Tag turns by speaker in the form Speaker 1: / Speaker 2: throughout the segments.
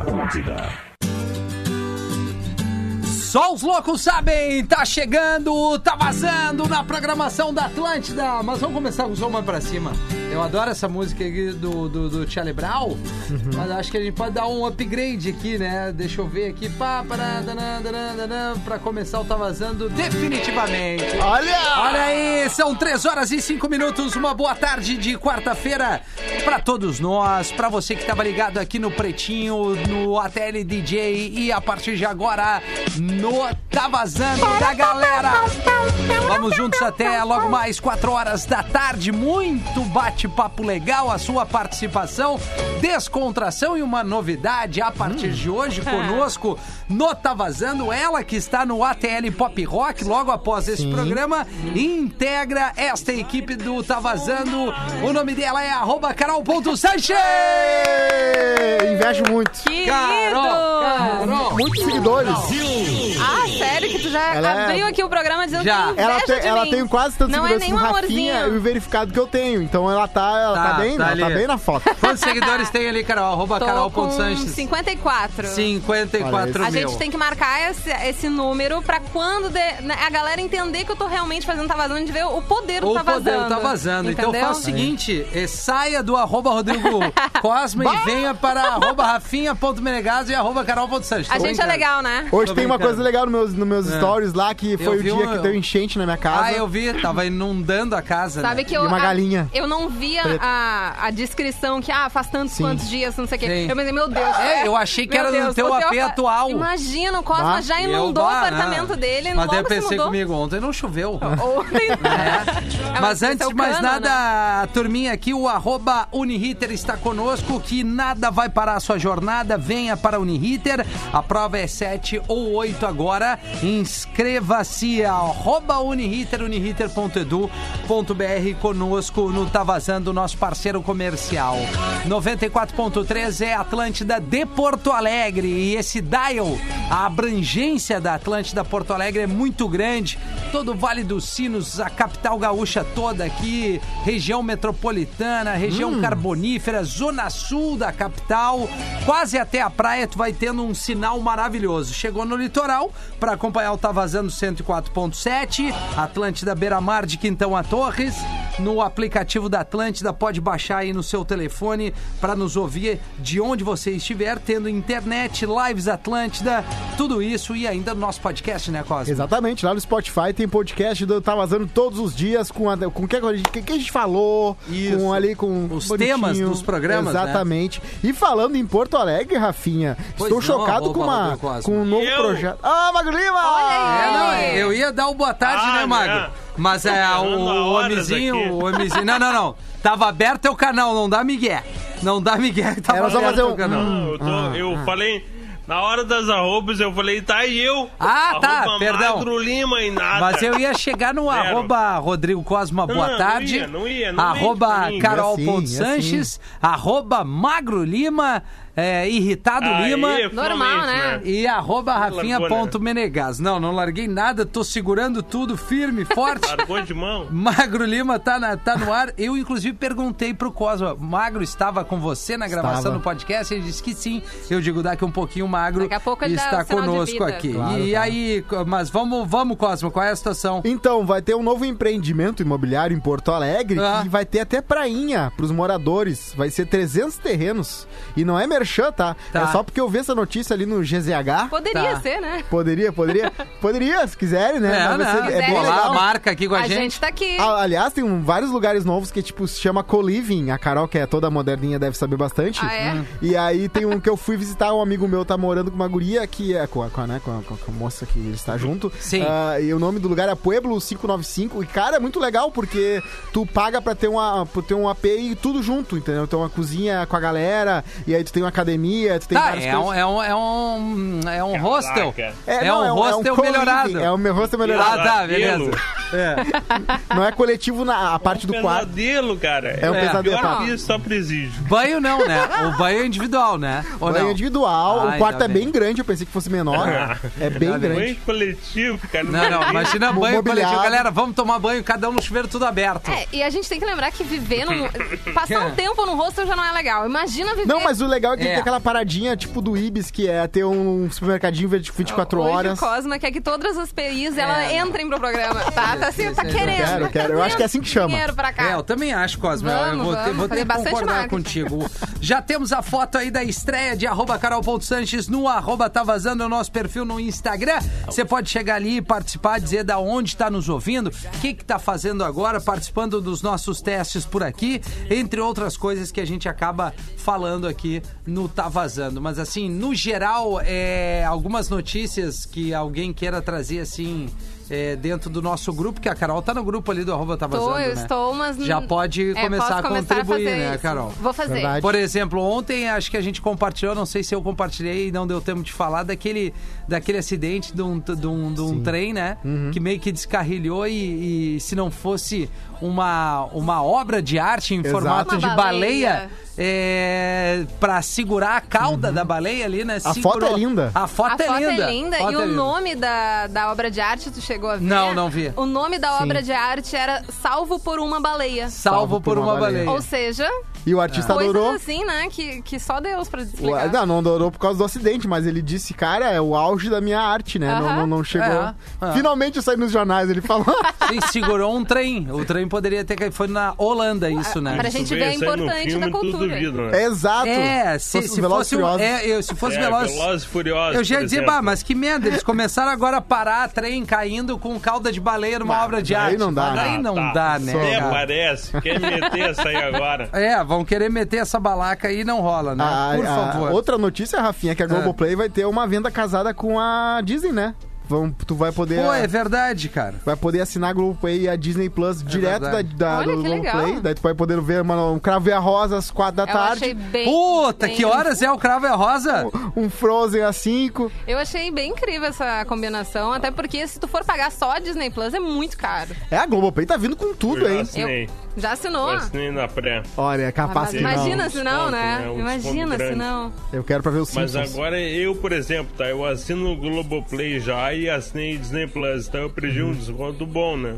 Speaker 1: Atlântida.
Speaker 2: Só os loucos sabem, tá chegando, tá vazando na programação da Atlântida. Mas vamos começar com o som mais pra cima. Eu adoro essa música aqui do, do, do Charlie Brown, mas acho que a gente pode dar um upgrade aqui, né? Deixa eu ver aqui, pá, pará, danã, danã, danã, pra começar o Tá Vazando definitivamente.
Speaker 3: Olha!
Speaker 2: Olha aí, são três horas e cinco minutos. Uma boa tarde de quarta-feira para todos nós, para você que estava ligado aqui no Pretinho, no ATL DJ e a partir de agora no Tá Vazando da galera. Vamos juntos até logo mais quatro horas da tarde. Muito bate-papo legal, a sua participação, descontração e uma novidade a partir de
Speaker 4: Hum.
Speaker 2: hoje conosco no Tá Vazando. Ela que está no ATL Pop Rock logo após esse programa integra esta equipe do Tá Vazando. O nome dela é arroba carol.sanches.
Speaker 3: Ei, Invejo muito.
Speaker 4: Querido!
Speaker 2: Carol, Carol.
Speaker 3: Muitos seguidores.
Speaker 4: Ah, sério que tu já
Speaker 3: Ela é-
Speaker 4: abriu aqui o programa dizendo
Speaker 2: Já.
Speaker 4: que tem inveja
Speaker 3: Ela tem,
Speaker 4: de
Speaker 3: ela
Speaker 4: mim.
Speaker 3: tem quase tantos
Speaker 4: Não é
Speaker 3: seguidores
Speaker 4: nenhum
Speaker 3: como Rafinha e o
Speaker 4: amorzinho.
Speaker 3: verificado que eu tenho. Então ela tá, ela tá,
Speaker 2: Tá,
Speaker 3: bem,
Speaker 2: tá
Speaker 3: ela tá
Speaker 2: ali.
Speaker 3: bem na foto.
Speaker 2: Quantos seguidores tem ali, Carol? Arroba
Speaker 4: Tô com
Speaker 2: carol.sanches.
Speaker 4: 54.
Speaker 2: 54
Speaker 3: Olha
Speaker 4: A
Speaker 2: mil.
Speaker 4: gente tem que marcar esse, esse número pra quando de- né, a galera entender que eu tô realmente fazendo Tá Vazando, de ver o poder do
Speaker 2: O
Speaker 4: Tá
Speaker 2: poder
Speaker 4: Vazando.
Speaker 2: tá vazando. Então
Speaker 4: entendeu?
Speaker 2: faça o seguinte: eh, saia do arroba Rodrigo Cosma e venha para arroba rafinha.menegas e arroba carol.sanches.
Speaker 4: A gente é legal, né?
Speaker 3: Hoje
Speaker 2: Tô
Speaker 3: tem uma
Speaker 2: brincando.
Speaker 3: coisa legal nos meus, nos meus
Speaker 2: É.
Speaker 3: stories lá, que foi o
Speaker 2: vi
Speaker 3: dia
Speaker 2: uma-
Speaker 3: que deu enchente na minha casa.
Speaker 2: Ah, eu vi, tava inundando a casa. né?
Speaker 4: Sabe que
Speaker 3: E
Speaker 4: eu.
Speaker 3: uma
Speaker 4: a-
Speaker 3: galinha.
Speaker 4: eu não via
Speaker 3: Preta.
Speaker 4: a, a descrição que, ah, faz tantos
Speaker 3: Sim.
Speaker 4: quantos dias, não sei o quê.
Speaker 2: Sim.
Speaker 4: Eu pensei, meu Deus.
Speaker 2: É, eu achei que
Speaker 4: Meu
Speaker 2: era no
Speaker 4: Deus,
Speaker 2: teu
Speaker 4: o
Speaker 2: AP
Speaker 4: apa-
Speaker 2: atual.
Speaker 4: Imagina, o Cosma
Speaker 3: Bah.
Speaker 4: já
Speaker 2: E eu,
Speaker 4: inundou o
Speaker 2: bah, né?
Speaker 4: apartamento dele.
Speaker 2: Mas daí
Speaker 4: logo
Speaker 2: eu
Speaker 4: se
Speaker 2: pensei
Speaker 4: mudou.
Speaker 2: comigo, ontem não choveu.
Speaker 4: Ontem.
Speaker 2: É.
Speaker 4: É,
Speaker 2: Mas
Speaker 4: esse
Speaker 2: antes
Speaker 4: é o
Speaker 2: de mais
Speaker 4: cano,
Speaker 2: nada,
Speaker 4: né?
Speaker 2: a turminha aqui, o arroba Uniriter está conosco, que nada vai parar a sua jornada, venha para a Uniriter, a prova é 7 ou 8 agora, inscreva-se, arroba Uniriter, uniriter.edu.br, conosco no Tá Vazando, nosso parceiro comercial. 94.3 é Atlântida de Porto Alegre, e esse dial, a abrangência da Atlântida Porto Alegre é muito grande, todo o Vale dos Sinos, a capital gaúcha toda aqui, região metropolitana, região carbonífera, zona sul da capital, quase até a praia, tu vai tendo um sinal maravilhoso. Chegou no litoral para acompanhar o Tá Vazando 104.7, Atlântida Beira Mar de Quintão a Torres, no aplicativo da Atlântida, pode baixar aí no seu telefone para nos ouvir de onde você estiver, tendo internet, lives Atlântida, tudo isso e ainda nosso podcast, né, Cosmo?
Speaker 3: Exatamente, lá no Spotify tem podcast do Tá Vazando todos os dias com a, com o que, a gente- que- que a gente falou,
Speaker 2: Isso.
Speaker 3: com ali com
Speaker 2: Os temas dos programas, né?
Speaker 3: Exatamente. E falando em Porto Alegre, Rafinha,
Speaker 2: Pois não,
Speaker 3: estou chocado com
Speaker 2: arroba
Speaker 3: uma
Speaker 2: Rodrigo Cosma.
Speaker 3: com um novo projeto. Ah, Magro Lima!
Speaker 2: É, não,
Speaker 4: Ei!
Speaker 2: eu ia dar o boa tarde,
Speaker 5: Ah,
Speaker 2: né, Magro?
Speaker 5: né?
Speaker 2: Mas é
Speaker 5: Tô
Speaker 2: o,
Speaker 5: esperando há
Speaker 2: o
Speaker 5: horas aqui.
Speaker 2: homizinho, o homizinho. Não, não, não. Tava aberto teu canal, não dá migué. Não dá migué que tava
Speaker 3: Era só
Speaker 2: aberto
Speaker 3: fazer
Speaker 2: teu
Speaker 3: um-
Speaker 2: canal.
Speaker 5: Não, eu tô-
Speaker 2: Hum, ah,
Speaker 5: eu falei. Na hora das arrobas, eu falei, tá, e eu?
Speaker 2: Ah, tá,
Speaker 5: Arroba
Speaker 2: perdão.
Speaker 5: Magro Lima e nada.
Speaker 2: Mas eu ia chegar no
Speaker 5: Ah, tá. Zero.
Speaker 2: arroba Rodrigo Cosma, boa
Speaker 5: Não, não
Speaker 2: tarde.
Speaker 5: ia, não ia, não ia
Speaker 2: arroba
Speaker 5: pra mim.
Speaker 3: É
Speaker 2: carol.sanches,
Speaker 3: assim,
Speaker 2: arroba magro lima, é, irritado
Speaker 5: Aí,
Speaker 2: lima.
Speaker 4: Normal,
Speaker 5: finalmente,
Speaker 4: né?
Speaker 2: E arroba
Speaker 5: largou, né?
Speaker 2: rafinha.menegas. Não, não larguei nada, tô segurando tudo firme, forte.
Speaker 5: Largou de mão.
Speaker 2: Magro Lima tá, na- tá no ar. Eu, inclusive, perguntei pro Cosma. Magro estava com você na gravação
Speaker 3: Estava.
Speaker 2: do podcast? Ele disse que sim. Eu digo daqui um pouquinho, Magro
Speaker 4: Daqui a pouco ele dá
Speaker 2: está
Speaker 4: o sinal de
Speaker 2: conosco
Speaker 4: vida.
Speaker 2: aqui.
Speaker 3: Claro,
Speaker 2: e
Speaker 3: tá.
Speaker 2: aí, co- mas vamos, vamos, Cosma, qual é a situação?
Speaker 3: Então, vai ter um novo empreendimento imobiliário em Porto Alegre
Speaker 2: Ah.
Speaker 3: e vai ter até prainha pros moradores. Vai ser 300 terrenos. E não é merchan, tá?
Speaker 2: Tá.
Speaker 3: É só porque eu vi essa notícia ali no GZH.
Speaker 4: Poderia
Speaker 2: Tá.
Speaker 4: ser, né?
Speaker 3: Poderia, poderia. poderia, se quiserem, né? Mas vai ser-
Speaker 2: É,
Speaker 4: bem
Speaker 2: bolar a
Speaker 4: legal.
Speaker 2: marca aqui com a,
Speaker 4: A gente tá aqui.
Speaker 3: Ah, aliás, tem um- vários lugares novos que, tipo, se chama Coliving. A Carol, que é toda moderninha, deve saber bastante. Hum.
Speaker 4: Ah, é?
Speaker 3: E aí tem um que eu fui visitar, um amigo meu tá morando com uma guria que é com a, com a, né, com a, com a moça que ele está junto.
Speaker 2: Sim.
Speaker 3: Ah, e o nome do lugar é Pueblo 595. E, cara, é muito legal, porque tu paga pra ter, uma, pra ter um AP e tudo junto, entendeu? Tem uma cozinha com a galera, e aí tu tem uma academia, tu tem
Speaker 2: Tá,
Speaker 3: várias
Speaker 2: é
Speaker 3: coisas.
Speaker 2: um, é um, é um, é um hostel.
Speaker 5: Caraca.
Speaker 2: É,
Speaker 3: não,
Speaker 2: um
Speaker 3: é
Speaker 2: hostel
Speaker 3: co-living,
Speaker 2: melhorado.
Speaker 3: É um meu hostel melhorado.
Speaker 2: Ah, tá,
Speaker 5: Aquilo.
Speaker 2: beleza. É.
Speaker 3: Não é coletivo na a parte do quarto.
Speaker 5: pesadelo, cara.
Speaker 3: É um
Speaker 5: o
Speaker 3: pesadelo.
Speaker 5: pior
Speaker 3: tá?
Speaker 5: que isso, só presídio.
Speaker 2: Banho não, né? O banho é individual, né? Ou
Speaker 3: Banho
Speaker 2: não?
Speaker 3: é individual,
Speaker 2: Ah,
Speaker 3: o quarto
Speaker 2: ainda
Speaker 3: é bem grande, eu pensei que fosse menor. é bem
Speaker 2: Ainda bem.
Speaker 3: grande.
Speaker 5: Banho coletivo, cara.
Speaker 2: Não, não, imagina
Speaker 3: Mo-
Speaker 2: banho
Speaker 3: mobiliado.
Speaker 2: coletivo. Galera, vamos tomar banho, cada um no chuveiro tudo aberto.
Speaker 4: É, e a gente tem que lembrar que viver num. Passar um tempo no rosto já não é legal. Imagina viver.
Speaker 3: Não, mas o legal é que
Speaker 2: É.
Speaker 3: tem aquela paradinha tipo do Ibis, que é ter um supermercadinho 24
Speaker 4: Hoje
Speaker 3: horas.
Speaker 4: O Cosma quer que todas as PIs ela
Speaker 2: É.
Speaker 4: entrem pro programa. Tá, tá, assim,
Speaker 2: isso
Speaker 4: tá
Speaker 2: aí,
Speaker 4: querendo.
Speaker 3: eu quero, quero. Eu acho que é assim que chama.
Speaker 4: Dinheiro pra cá.
Speaker 2: É, eu também acho, Cosme. Eu- eu
Speaker 4: Vamos,
Speaker 2: vou ter,
Speaker 4: vamos,
Speaker 2: vou ter
Speaker 4: fazer
Speaker 2: que
Speaker 4: bastante
Speaker 2: concordar
Speaker 4: marketing.
Speaker 2: contigo. Já temos a foto aí da estreia de arroba carol.sanches no arroba tá vazando é o nosso perfil no Instagram. Você pode chegar ali e participar, dizer da onde tá nos ouvindo, o que que tá fazendo agora, participando dos nossos testes por aqui, entre outras coisas que a gente acaba falando aqui no Tá Vazando. Mas assim, no geral, é, algumas notícias que alguém queira trazer assim... é, dentro do nosso grupo, que a Carol tá no grupo ali do arroba tá vazando,
Speaker 4: Estou, eu
Speaker 2: né?
Speaker 4: estou, mas.
Speaker 2: Já pode
Speaker 4: é,
Speaker 2: começar
Speaker 4: posso
Speaker 2: a
Speaker 4: começar
Speaker 2: contribuir,
Speaker 4: fazer
Speaker 2: né,
Speaker 4: isso.
Speaker 2: Carol?
Speaker 4: Vou fazer.
Speaker 3: Verdade.
Speaker 2: Por exemplo, ontem acho que a gente compartilhou, não sei se eu compartilhei e não deu tempo de falar, daquele, daquele acidente de um, de um, de um trem, né?
Speaker 3: Uhum.
Speaker 2: Que meio que descarrilhou e, e se não fosse uma, uma obra de arte em
Speaker 3: Exato.
Speaker 2: formato
Speaker 4: Uma
Speaker 2: de baleia,
Speaker 4: baleia.
Speaker 2: é, para segurar a cauda da baleia ali, né?
Speaker 3: Uhum. A foto é linda.
Speaker 2: A
Speaker 4: A
Speaker 2: foto,
Speaker 4: foto
Speaker 2: é linda. A foto
Speaker 4: e
Speaker 2: é
Speaker 4: o
Speaker 2: linda.
Speaker 4: nome da, da obra de arte, tu chegou a ver?
Speaker 2: Não, não vi.
Speaker 4: O nome da
Speaker 3: Sim.
Speaker 4: obra de arte era Salvo por uma Baleia.
Speaker 2: Salvo por uma baleia.
Speaker 4: Ou seja,
Speaker 3: E o
Speaker 2: Tá,
Speaker 3: artista adorou.
Speaker 4: coisas assim, né, que, que só Deus pra
Speaker 3: O-
Speaker 4: explicar.
Speaker 3: Não, não adorou por causa do acidente, mas ele disse, cara, é o auge da minha arte, né? Não,
Speaker 4: Aham.
Speaker 3: não, não chegou.
Speaker 2: É, é.
Speaker 3: Finalmente saiu nos jornais, ele falou.
Speaker 2: Sim, segurou um trem. O trem poderia ter caído. Foi na Holanda isso, né?
Speaker 4: Pra
Speaker 5: Tu
Speaker 4: gente
Speaker 5: vê
Speaker 4: ver a
Speaker 5: isso aí no
Speaker 4: importante
Speaker 5: filme,
Speaker 4: da
Speaker 5: tu
Speaker 4: cultura.
Speaker 5: duvida, né?
Speaker 3: É Exato.
Speaker 2: É, se,
Speaker 3: Fosse
Speaker 2: se
Speaker 3: Velozes
Speaker 2: fosse, um,
Speaker 3: Furiosos.
Speaker 2: é, eu, se fosse veloz.
Speaker 5: Velozes e Furiosos,
Speaker 2: Eu já ia
Speaker 5: por
Speaker 2: dizer,
Speaker 5: exemplo.
Speaker 2: bah, mas que merda, eles começaram agora a parar trem caindo com calda de baleia numa
Speaker 3: Bah,
Speaker 2: obra de
Speaker 3: daí
Speaker 2: arte.
Speaker 3: não dá,
Speaker 2: Mas Daí
Speaker 5: Ah,
Speaker 2: não
Speaker 5: tá.
Speaker 2: dá, né?
Speaker 5: Nem
Speaker 2: cara?
Speaker 5: aparece. Quer meter essa aí agora?
Speaker 2: É, vão querer meter essa balaca aí e não rola, né?
Speaker 3: A-
Speaker 2: Por
Speaker 3: a-
Speaker 2: favor.
Speaker 3: Ah, Outra notícia, Rafinha, é que a Globoplay vai ter uma venda casada com a Disney, né? Vão, tu vai poder.
Speaker 2: Pô, é verdade, cara.
Speaker 3: Vai poder assinar a Globoplay e a Disney Plus direto da,
Speaker 2: verdade.
Speaker 3: da-
Speaker 4: Olha
Speaker 3: do
Speaker 4: que legal.
Speaker 3: Globoplay. Daí tu vai poder ver, mano, um Cravo e a Rosa às quatro da
Speaker 4: Eu
Speaker 3: tarde.
Speaker 4: achei bem.
Speaker 2: tá Puta,
Speaker 4: bem-
Speaker 2: que horas é o cravo e a rosa?
Speaker 3: Um Frozen às 5.
Speaker 4: Eu achei bem incrível essa combinação, até porque se tu for pagar só a Disney Plus é muito caro.
Speaker 3: É, a Globoplay tá vindo com tudo, hein?
Speaker 4: Eu-
Speaker 5: Assinei.
Speaker 4: Já assinou?
Speaker 5: Eu assinei na pré.
Speaker 3: Olha, é capaz
Speaker 4: Mas
Speaker 3: que
Speaker 4: imagina
Speaker 3: não.
Speaker 4: se não, né?
Speaker 5: Desconto, né? Um
Speaker 4: Imagina
Speaker 5: desconto
Speaker 4: se não.
Speaker 3: Eu quero pra ver os
Speaker 5: Mas
Speaker 3: Simpsons.
Speaker 5: agora eu, por exemplo, tá? Eu assino o Globoplay já e assinei Disney Plus, então eu perdi um desconto bom, né?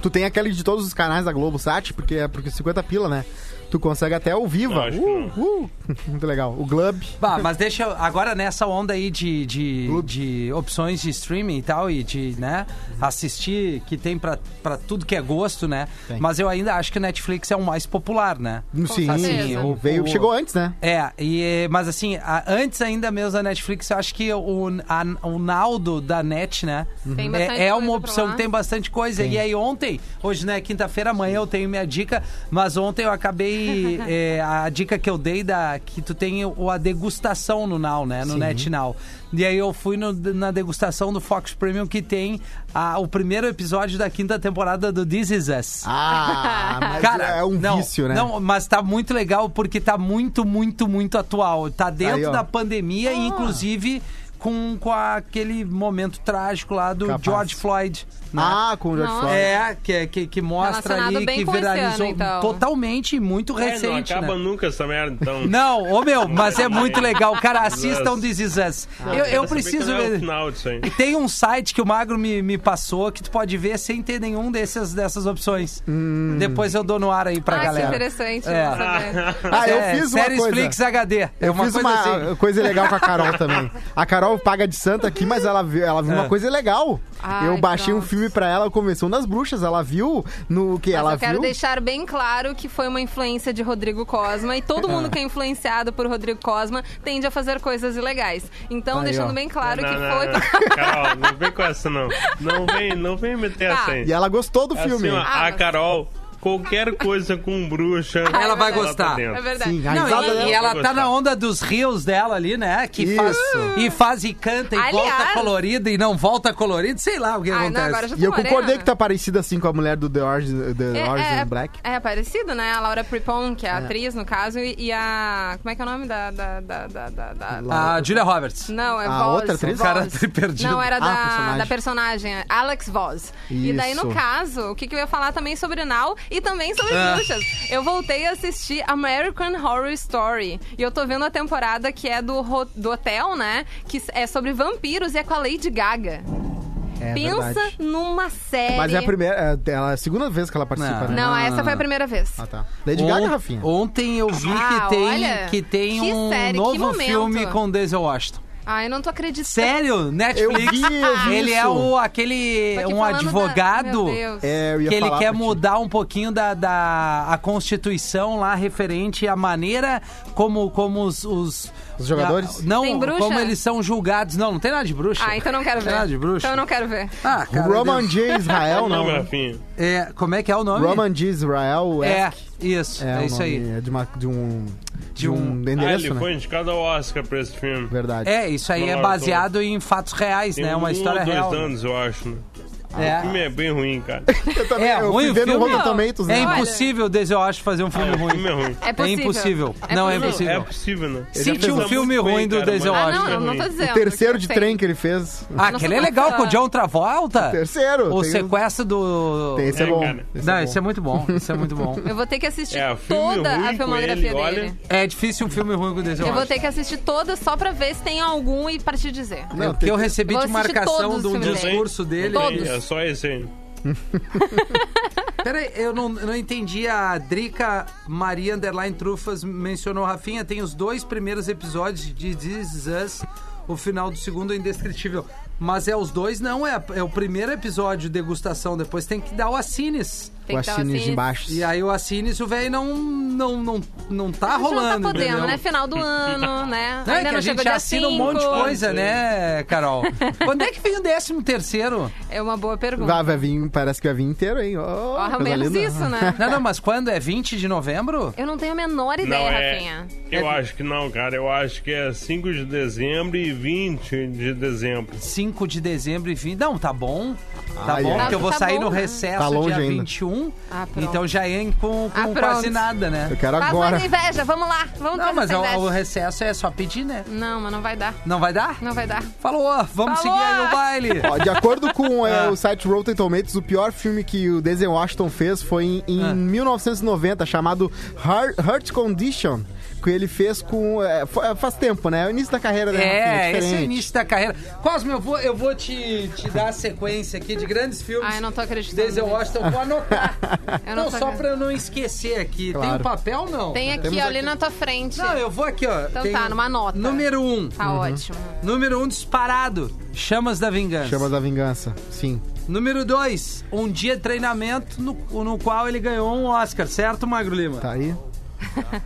Speaker 3: Tu tem aquele de todos os canais da GloboSat, porque é porque 50 pila, né? Tu consegue até o Viva.
Speaker 5: Acho que
Speaker 3: Uh, uh. Muito legal. O Glub.
Speaker 2: Bah, mas deixa eu- agora nessa onda aí de, de, de opções de streaming e tal, e de, né, assistir que tem pra, pra tudo que é gosto, né?
Speaker 3: Tem.
Speaker 2: Mas eu ainda acho que o Netflix é o mais popular, né?
Speaker 3: Sim,
Speaker 4: certeza.
Speaker 3: sim.
Speaker 2: o-
Speaker 3: Veio,
Speaker 2: o-
Speaker 3: chegou antes, né?
Speaker 2: É, e, eh, mas assim, a- antes ainda mesmo da Netflix, eu acho que o, a- o Naldo da Net, né?
Speaker 4: Tem
Speaker 2: é-
Speaker 4: bastante
Speaker 2: é,
Speaker 4: coisa
Speaker 2: uma
Speaker 4: pra
Speaker 2: opção
Speaker 4: lá.
Speaker 2: que tem bastante coisa. E aí ontem, hoje né, quinta-feira, amanhã eu tenho minha dica, mas ontem eu acabei. eh, a dica que eu dei da que tu tem o, a degustação no Now, né? No Net Now. E aí eu fui no- na degustação do Fox Premium que tem a- o primeiro episódio da quinta temporada do This Is Us.
Speaker 3: Ah, mas
Speaker 2: Cara,
Speaker 3: é um
Speaker 2: não,
Speaker 3: vício, né?
Speaker 2: Não, mas tá muito legal porque tá muito, muito, muito atual. Tá dentro
Speaker 3: Aí, ó.
Speaker 2: da pandemia
Speaker 4: Ah.
Speaker 2: e inclusive com, com aquele momento trágico lá do
Speaker 3: Capaz.
Speaker 2: George Floyd. né?
Speaker 3: Ah, com o George
Speaker 4: Não,
Speaker 3: Floyd.
Speaker 2: É, que, que, que mostra
Speaker 4: Relacionado
Speaker 2: ali
Speaker 4: bem
Speaker 2: que
Speaker 4: com esse
Speaker 2: viralizou
Speaker 4: ano, então.
Speaker 2: totalmente, muito
Speaker 5: é, não
Speaker 2: recente. né?
Speaker 5: acaba nunca essa merda, então.
Speaker 2: Não, ô meu, mas é muito legal. Cara, assistam
Speaker 5: Nossa.
Speaker 2: This Is Us. Eu, eu
Speaker 5: Quero saber
Speaker 2: preciso
Speaker 5: qual é o
Speaker 2: ver.
Speaker 5: final disso aí.
Speaker 2: E tem um site que o Magro me, me passou que tu pode ver sem ter nenhum desses, dessas opções.
Speaker 3: Hum.
Speaker 2: Depois eu dou no ar aí pra
Speaker 4: Ah, que
Speaker 2: galera.
Speaker 4: interessante. né?
Speaker 2: É.
Speaker 4: vamos saber.
Speaker 3: Ah, eu
Speaker 2: É,
Speaker 3: fiz uma
Speaker 2: Séries
Speaker 3: coisa.
Speaker 2: Flix HD. É
Speaker 3: Eu
Speaker 2: uma
Speaker 3: fiz
Speaker 2: coisa
Speaker 3: uma
Speaker 2: assim.
Speaker 3: coisa legal com a Carol também. A Carol paga de santa aqui, mas ela viu, ela viu
Speaker 2: É.
Speaker 3: uma coisa legal.
Speaker 4: Ai,
Speaker 3: eu baixei um
Speaker 4: pronto.
Speaker 3: filme pra ela, Convenção das Bruxas. Ela viu no que
Speaker 4: Mas
Speaker 3: ela
Speaker 4: eu quero
Speaker 3: viu.
Speaker 4: deixar bem claro que foi uma influência de Rodrigo Cosma e todo mundo que é influenciado por Rodrigo Cosma tende a fazer coisas ilegais. Então,
Speaker 3: Aí,
Speaker 4: deixando
Speaker 3: ó.
Speaker 4: bem claro
Speaker 5: não,
Speaker 4: que
Speaker 5: não,
Speaker 4: foi.
Speaker 5: não. Carol, não vem com essa, não. Não vem, não vem meter
Speaker 4: Tá.
Speaker 5: essa aí.
Speaker 3: E ela gostou do
Speaker 2: É
Speaker 5: Assim,
Speaker 3: filme.
Speaker 5: ó,
Speaker 4: Ah,
Speaker 5: a
Speaker 4: mas-
Speaker 5: Carol Qualquer coisa com bruxa.
Speaker 2: Ela vai
Speaker 5: tá
Speaker 2: gostar.
Speaker 5: dentro.
Speaker 4: É verdade.
Speaker 3: Sim, a
Speaker 2: Não,
Speaker 3: risada
Speaker 2: e,
Speaker 3: dela.
Speaker 2: e ela
Speaker 5: Vai
Speaker 2: tá
Speaker 5: gostar.
Speaker 2: na onda dos rios dela ali, né? Que faz
Speaker 3: Isso.
Speaker 2: e faz e canta e
Speaker 4: Aliás-
Speaker 2: volta colorida e não volta colorida, sei lá o que
Speaker 4: Ai, não,
Speaker 2: acontece.
Speaker 4: agora já tô
Speaker 3: E eu
Speaker 4: morena.
Speaker 3: concordei que tá parecida assim com a mulher do The Orange, The
Speaker 4: É,
Speaker 3: Orange
Speaker 4: é,
Speaker 3: and Black.
Speaker 4: É parecido, né? A Laura Prepon, que é a atriz, no caso, e, e a. Como é que é o nome da. da, da, da, da- da-
Speaker 2: A Julia Roberts.
Speaker 4: Não, é
Speaker 3: A
Speaker 4: Voz.
Speaker 3: outra atriz?
Speaker 4: Voz.
Speaker 2: Cara, tô perdido.
Speaker 4: Não, era
Speaker 3: Ah,
Speaker 4: da,
Speaker 3: personagem.
Speaker 4: da personagem, Alex Voz. E daí,
Speaker 3: Isso.
Speaker 4: no caso, o que, que eu ia falar também sobre Now e também sobre
Speaker 2: Ah.
Speaker 4: bruxas. Eu voltei a assistir American Horror Story. E eu tô vendo a temporada que é do, ro- do hotel, né? Que é sobre vampiros e é com a Lady Gaga.
Speaker 3: É
Speaker 4: Pensa
Speaker 3: verdade.
Speaker 4: numa série.
Speaker 3: Mas é a primeira, é ela- a segunda vez que ela
Speaker 2: Não.
Speaker 3: participa, né?
Speaker 4: Não, essa foi a primeira vez.
Speaker 3: Ah, tá. Lady
Speaker 2: On-
Speaker 3: Gaga, Rafinha.
Speaker 2: Ontem eu vi
Speaker 4: Ah,
Speaker 2: que tem,
Speaker 4: olha,
Speaker 2: que tem
Speaker 4: que
Speaker 2: um
Speaker 4: série, que
Speaker 2: novo
Speaker 4: momento.
Speaker 2: filme com Denzel Washington.
Speaker 4: Ai, eu não tô acreditando.
Speaker 2: Sério? Netflix?
Speaker 3: vi, eu vi
Speaker 2: ele é
Speaker 3: isso.
Speaker 2: o, aquele
Speaker 4: Tô aqui
Speaker 2: um
Speaker 4: falando da-
Speaker 2: advogado
Speaker 4: Meu Deus.
Speaker 3: É, eu ia
Speaker 2: que ele
Speaker 3: falar
Speaker 2: quer
Speaker 3: pra ti.
Speaker 2: mudar um pouquinho da, da a constituição lá referente à maneira como como os, os,
Speaker 3: Os jogadores?
Speaker 2: Ah, não
Speaker 4: Tem bruxa?
Speaker 2: como eles são julgados não não tem nada de bruxa
Speaker 4: Ah, então eu não quero ver.
Speaker 2: tem nada de bruxa
Speaker 4: Então eu não quero ver.
Speaker 2: ah, cara,
Speaker 3: Roman
Speaker 2: Deus.
Speaker 3: J. Israel, não.
Speaker 5: Não,
Speaker 3: né?
Speaker 5: Rafinha.
Speaker 2: é como é que é o nome
Speaker 3: Roman J. Israel
Speaker 2: é
Speaker 3: Esk.
Speaker 2: isso é,
Speaker 3: o
Speaker 2: isso
Speaker 3: nome,
Speaker 2: aí
Speaker 3: É de, uma- de um. De
Speaker 2: De
Speaker 3: um
Speaker 2: um-
Speaker 5: Ah,
Speaker 3: endereço,
Speaker 5: ele
Speaker 3: né?
Speaker 5: foi indicado ao Oscar pra esse filme.
Speaker 3: Verdade.
Speaker 2: é isso aí é
Speaker 5: Não,
Speaker 2: baseado em fatos reais
Speaker 5: Tem
Speaker 2: né uma
Speaker 5: um
Speaker 2: história
Speaker 5: ou dois
Speaker 2: real né?
Speaker 5: anos, eu acho. né? O filme
Speaker 2: é
Speaker 5: é bem ruim, cara.
Speaker 3: Eu também,
Speaker 2: É
Speaker 3: eu
Speaker 2: ruim
Speaker 3: fui
Speaker 2: o
Speaker 3: ver no
Speaker 2: filme?
Speaker 3: Rotten Tomatoes,
Speaker 2: é
Speaker 3: né?
Speaker 4: Olha.
Speaker 2: impossível Denzel Washington fazer um filme
Speaker 5: Ah, o filme
Speaker 2: ruim
Speaker 5: é ruim.
Speaker 4: É possível.
Speaker 2: É impossível. Não, é
Speaker 5: Não, é
Speaker 2: impossível.
Speaker 5: possível, né?
Speaker 2: Se
Speaker 5: Ele
Speaker 2: tinha um
Speaker 5: tá
Speaker 2: filme
Speaker 5: muito bem,
Speaker 2: ruim do
Speaker 5: cara,
Speaker 2: Denzel
Speaker 5: mas
Speaker 4: Ah,
Speaker 5: ele
Speaker 4: não,
Speaker 5: tá
Speaker 4: eu não tô
Speaker 5: ruim.
Speaker 4: dizendo.
Speaker 3: O terceiro
Speaker 4: que
Speaker 3: de
Speaker 4: eu sei.
Speaker 3: trem que ele fez.
Speaker 2: Ah, aquele é
Speaker 4: Nossa,
Speaker 2: legal com o
Speaker 4: nossa.
Speaker 2: John Travolta.
Speaker 3: Terceiro.
Speaker 2: O
Speaker 3: tem um-
Speaker 2: sequestro do.
Speaker 3: Tem, esse é,
Speaker 5: É,
Speaker 3: bom.
Speaker 5: cara.
Speaker 3: Esse
Speaker 2: Não,
Speaker 3: é bom.
Speaker 2: esse é muito bom. Esse é muito bom.
Speaker 4: Eu vou ter que assistir
Speaker 5: É, filme
Speaker 4: toda
Speaker 5: ruim
Speaker 4: a
Speaker 5: com
Speaker 4: filmografia
Speaker 5: ele,
Speaker 4: dele.
Speaker 5: olha.
Speaker 2: É difícil um filme ruim com o Denzel
Speaker 4: Eu vou
Speaker 2: Washington.
Speaker 4: ter que assistir toda só pra ver se tem algum e pra te dizer.
Speaker 2: É,
Speaker 3: Não,
Speaker 2: o que
Speaker 3: tem
Speaker 2: eu
Speaker 3: que-
Speaker 2: recebi
Speaker 4: Vou
Speaker 2: de
Speaker 4: assistir
Speaker 2: marcação
Speaker 4: todos
Speaker 2: de
Speaker 4: os
Speaker 2: um
Speaker 4: filmes dele.
Speaker 2: discurso dele.
Speaker 4: Todos.
Speaker 5: É só esse aí.
Speaker 2: Peraí, eu não, não entendi. A Drica Maria Underline Trufas mencionou Rafinha. Tem os dois primeiros episódios de This Is Us. O final do segundo é indescritível. Mas é os dois, não. É, é o primeiro episódio, degustação. Depois tem que dar o Assines.
Speaker 4: Tem
Speaker 3: O
Speaker 4: que dar
Speaker 3: Assine de
Speaker 4: assim.
Speaker 3: embaixo.
Speaker 2: E aí o Assines, o velho não, não, não, não tá
Speaker 4: A gente
Speaker 2: rolando.
Speaker 4: não tá podendo,
Speaker 2: entendeu?
Speaker 4: né? Final do ano, né?
Speaker 2: Não, é
Speaker 4: Ainda
Speaker 2: que
Speaker 4: não
Speaker 2: a
Speaker 4: chegou
Speaker 2: gente
Speaker 4: dia
Speaker 2: assina um
Speaker 4: cinco.
Speaker 2: monte de coisa,
Speaker 5: Sim.
Speaker 2: né, Carol? Quando é que vem o décimo terceiro?
Speaker 4: É uma boa pergunta.
Speaker 3: Vai, vai vir, parece que vai vir inteiro, hein? Oh,
Speaker 4: Ao
Speaker 3: coisa
Speaker 4: menos
Speaker 3: linda.
Speaker 4: isso, né?
Speaker 2: Não, não, mas quando? É 20 de novembro?
Speaker 4: Eu não tenho a menor
Speaker 5: Não,
Speaker 4: ideia,
Speaker 5: é.
Speaker 4: Rafinha.
Speaker 5: Eu acho que não, cara. Eu acho que é 5 de dezembro e 20 de dezembro.
Speaker 2: 5 de dezembro e 20. Não, tá bom. Tá
Speaker 3: Ai,
Speaker 2: bom,
Speaker 3: ai.
Speaker 2: porque eu vou
Speaker 4: Tá
Speaker 2: sair
Speaker 4: bom,
Speaker 2: no
Speaker 4: né?
Speaker 2: recesso
Speaker 3: Tá longe
Speaker 2: dia
Speaker 3: ainda.
Speaker 2: 21.
Speaker 4: Ah, pronto.
Speaker 2: então já é com, com
Speaker 4: Ah, pronto.
Speaker 2: quase nada, né?
Speaker 3: Eu quero
Speaker 4: Faz
Speaker 3: agora.
Speaker 4: mais inveja, vamos lá. Vamos
Speaker 2: Não,
Speaker 4: fazer
Speaker 2: mas
Speaker 4: essa
Speaker 2: o, o
Speaker 4: inveja.
Speaker 2: recesso é só pedir, né?
Speaker 4: Não, mas não vai dar.
Speaker 2: Não vai dar?
Speaker 4: Não vai dar.
Speaker 2: Falou, vamos
Speaker 4: Falou!
Speaker 2: seguir aí o baile.
Speaker 3: Ó, de acordo com eh,
Speaker 2: Ah.
Speaker 3: o site Rotten Tomatoes, o pior filme que o Denzel Washington fez foi em, em
Speaker 2: Ah.
Speaker 3: 1990, chamado Heart, Heart Condition, que ele fez com... eh, fa- faz tempo, né? É o início da carreira da
Speaker 2: É,
Speaker 3: Rafinha,
Speaker 2: esse é o
Speaker 3: diferente.
Speaker 2: início da carreira. Cosme, eu vou, eu vou te, te dar a sequência aqui de grandes filmes.
Speaker 4: Ai, Ah, eu não tô acreditando
Speaker 2: Denzel
Speaker 4: nisso.
Speaker 2: Washington, vou anotar.
Speaker 4: Eu
Speaker 2: não,
Speaker 4: não tô
Speaker 2: só
Speaker 4: acreditando.
Speaker 2: pra eu não esquecer aqui. Tem
Speaker 3: Claro.
Speaker 2: um papel, não?
Speaker 4: Tem aqui,
Speaker 3: Temos
Speaker 4: ó, ali
Speaker 3: aqui.
Speaker 4: na tua frente.
Speaker 2: Não, eu vou aqui, ó.
Speaker 4: Então
Speaker 2: Tem
Speaker 4: tá, numa nota.
Speaker 2: Número um.
Speaker 4: Tá
Speaker 3: Uhum.
Speaker 4: ótimo.
Speaker 2: Número um disparado. Chamas da Vingança.
Speaker 3: Chamas da Vingança, sim.
Speaker 2: Número dois. Um dia de treinamento no, no qual ele ganhou um Oscar, certo, Magro Lima?
Speaker 3: Tá aí.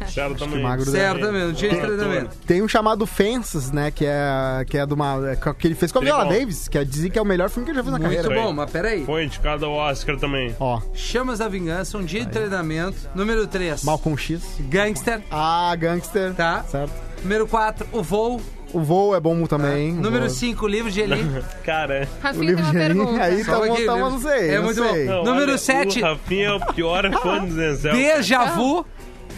Speaker 5: Certo também.
Speaker 3: magro deve-
Speaker 2: Certo também, um dia de treinamento.
Speaker 3: Tem um chamado Fences, né? Que é, que é de uma... é co- Que ele fez com a
Speaker 5: Ele é
Speaker 3: Viola
Speaker 5: bom.
Speaker 3: Davis, que é dizer que é o melhor filme que ele já fez na
Speaker 2: Muito
Speaker 3: carreira.
Speaker 2: bom, mas peraí.
Speaker 5: Foi indicado ao Oscar também.
Speaker 3: Ó,
Speaker 2: Chamas da Vingança, um dia de treinamento. Número três.
Speaker 3: Malcolm X.
Speaker 2: Gangster.
Speaker 3: Ah, Gangster.
Speaker 2: Tá.
Speaker 3: Certo.
Speaker 2: Número 4, o voo.
Speaker 3: O Voo é bom também. o
Speaker 2: Tá. Número
Speaker 3: Voo.
Speaker 2: 5, o livro de Eli.
Speaker 5: Cara,
Speaker 3: O
Speaker 4: Rafinha tem
Speaker 3: livro
Speaker 4: uma
Speaker 3: de
Speaker 4: pergunta.
Speaker 3: aí
Speaker 2: Só
Speaker 3: tá
Speaker 2: aqui,
Speaker 3: bom, tá,
Speaker 2: livro-
Speaker 3: mas não sei.
Speaker 2: é
Speaker 3: não
Speaker 2: muito bom.
Speaker 3: sei.
Speaker 5: não,
Speaker 2: Número
Speaker 5: olha,
Speaker 2: sete.
Speaker 5: O Rafinha é o pior fã do Denzel.
Speaker 2: Deja vu.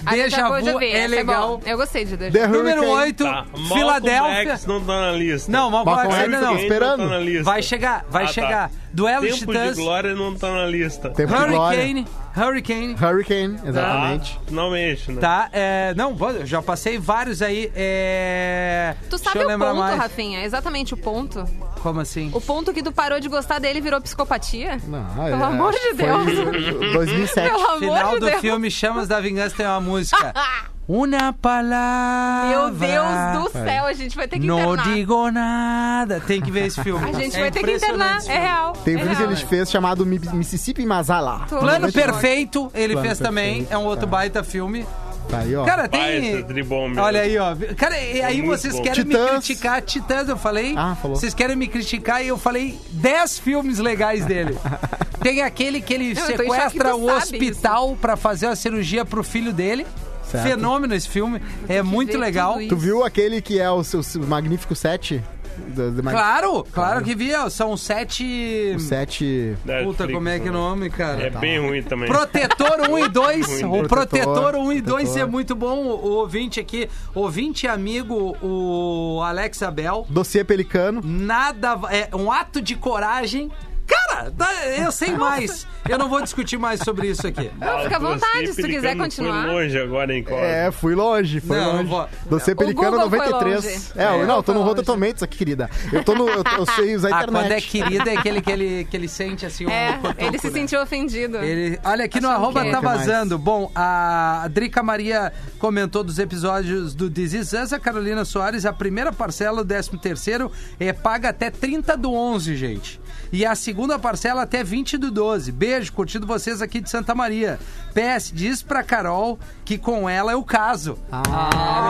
Speaker 4: Ah,
Speaker 2: Deja
Speaker 4: acabou de
Speaker 2: vu
Speaker 4: ver,
Speaker 2: é
Speaker 4: essa
Speaker 2: legal.
Speaker 4: bom. Eu gostei de Deja
Speaker 3: The
Speaker 4: Vu.
Speaker 2: Número
Speaker 3: Hurricane.
Speaker 2: 8,
Speaker 5: Tá, Malcolm
Speaker 2: Filadélfia.
Speaker 5: X não tá na lista.
Speaker 2: Não, Malcolm X
Speaker 3: Malcolm
Speaker 2: ainda
Speaker 3: X
Speaker 2: não.
Speaker 5: Hurricane
Speaker 3: esperando.
Speaker 5: Não tá na lista.
Speaker 2: Vai chegar, vai
Speaker 5: Ah, tá.
Speaker 2: chegar. Duelo de
Speaker 5: Tempo de
Speaker 2: Titãs.
Speaker 5: Glória não tá na lista.
Speaker 3: Tempo de glória.
Speaker 2: Hurricane. Hurricane.
Speaker 3: Hurricane,
Speaker 5: Ah,
Speaker 3: exatamente.
Speaker 5: finalmente, né?
Speaker 2: Tá, é, não, vou- eu já passei vários aí. É,
Speaker 4: Tu
Speaker 2: deixa
Speaker 4: sabe
Speaker 2: eu
Speaker 4: o
Speaker 2: lembrar
Speaker 4: ponto,
Speaker 2: mais.
Speaker 4: Rafinha? É Exatamente o ponto.
Speaker 2: Como assim?
Speaker 4: O ponto que tu parou de gostar dele virou psicopatia?
Speaker 3: Não, é,
Speaker 4: Pelo amor de
Speaker 3: Deus. 2007.
Speaker 4: Pelo amor
Speaker 2: Final
Speaker 4: de
Speaker 2: do
Speaker 4: Deus. Ah,
Speaker 2: filme Chamas da Vingança tem uma música. Una
Speaker 4: Meu
Speaker 2: palavra.
Speaker 4: Deus do céu, a gente vai ter que
Speaker 2: Ah, Não
Speaker 4: internar.
Speaker 2: digo nada. Tem que ver esse filme.
Speaker 4: A gente
Speaker 2: É
Speaker 4: vai ter que
Speaker 2: impressionante
Speaker 4: internar.
Speaker 2: esse
Speaker 4: É
Speaker 2: filme.
Speaker 4: real.
Speaker 3: Tem
Speaker 4: é
Speaker 3: um filme que
Speaker 4: real.
Speaker 3: ele fez chamado Mi- Mississippi Masala.
Speaker 4: Tô-
Speaker 2: Plano
Speaker 4: Muito bom.
Speaker 2: Perfeito, ele
Speaker 3: Plano
Speaker 2: fez também.
Speaker 3: Perfeito,
Speaker 2: É um outro
Speaker 3: tá.
Speaker 2: baita filme.
Speaker 3: Tá aí, ó.
Speaker 2: Cara,
Speaker 5: Pai,
Speaker 2: tem.
Speaker 5: esse é tribom, meu. É
Speaker 2: Olha aí, ó. Cara, e aí
Speaker 5: muito
Speaker 2: vocês
Speaker 5: bom.
Speaker 2: querem me
Speaker 3: Titãs.
Speaker 2: criticar. Titãs, eu falei.
Speaker 3: Ah, falou.
Speaker 2: Vocês querem me criticar e eu falei 10 filmes legais dele. Tem aquele que ele
Speaker 4: Não, eu tô em choque que
Speaker 2: sequestra
Speaker 4: tu
Speaker 2: o
Speaker 4: sabe
Speaker 2: hospital pra fazer a cirurgia pro filho dele.
Speaker 3: Certo.
Speaker 2: Fenômeno esse filme. É muito
Speaker 4: ver
Speaker 2: legal.
Speaker 4: tudo isso.
Speaker 3: Tu viu aquele que é o seu, seu Magnífico 7? Do, do Mag-
Speaker 2: Claro, claro que vi. ó, São sete.
Speaker 3: O 7.
Speaker 2: Puta,
Speaker 5: Netflix,
Speaker 2: como é que é o
Speaker 5: né?
Speaker 2: nome, cara?
Speaker 5: É bem ruim também.
Speaker 2: Protetor 1 e 2.
Speaker 5: Muito
Speaker 2: o
Speaker 3: bem.
Speaker 2: Protetor
Speaker 3: Protetor,
Speaker 2: 1 e 2 é
Speaker 3: Protetor.
Speaker 2: muito bom. O ouvinte aqui, ouvinte e amigo, o Alex Abel.
Speaker 3: Dossiê Pelicano.
Speaker 2: Nada. va- É um ato de coragem. Cara, tá- eu sei mais. Eu não vou discutir mais sobre isso aqui.
Speaker 5: Ah,
Speaker 4: Fica à
Speaker 5: o Dossiê
Speaker 4: vontade, se tu quiser
Speaker 5: Pelicano
Speaker 4: continuar.
Speaker 5: Foi longe agora, hein, Cosmo?
Speaker 3: É, fui longe, foi
Speaker 2: Não, eu
Speaker 3: longe.
Speaker 2: vou-
Speaker 3: Dossiê
Speaker 4: O
Speaker 3: Pelicano
Speaker 4: Google foi
Speaker 3: 93.
Speaker 4: longe.
Speaker 3: É,
Speaker 4: É,
Speaker 3: eu, não, eu tô
Speaker 4: foi
Speaker 3: no
Speaker 4: longe.
Speaker 3: Rotten Tomatoes aqui, querida. Eu tô no. Eu, eu sei usar a
Speaker 2: Ah, quando
Speaker 3: internet.
Speaker 2: é querida é aquele que ele, que ele sente assim o
Speaker 4: É,
Speaker 2: cotoco,
Speaker 4: ele se
Speaker 2: né?
Speaker 4: sentiu ofendido.
Speaker 2: Ele, olha, aqui no
Speaker 4: Achando
Speaker 2: arroba
Speaker 4: que-
Speaker 2: tá
Speaker 3: Tem mais.
Speaker 2: vazando. Bom, a Drica Maria comentou dos episódios do This Is Us, a Carolina Soares, a primeira parcela, o 13 terceiro, é paga até 30 do 11, gente. E a segunda parcela até 20 do 12. Beijo, curtindo vocês aqui de Santa Maria. PS, diz pra Carol que com ela eu caso. é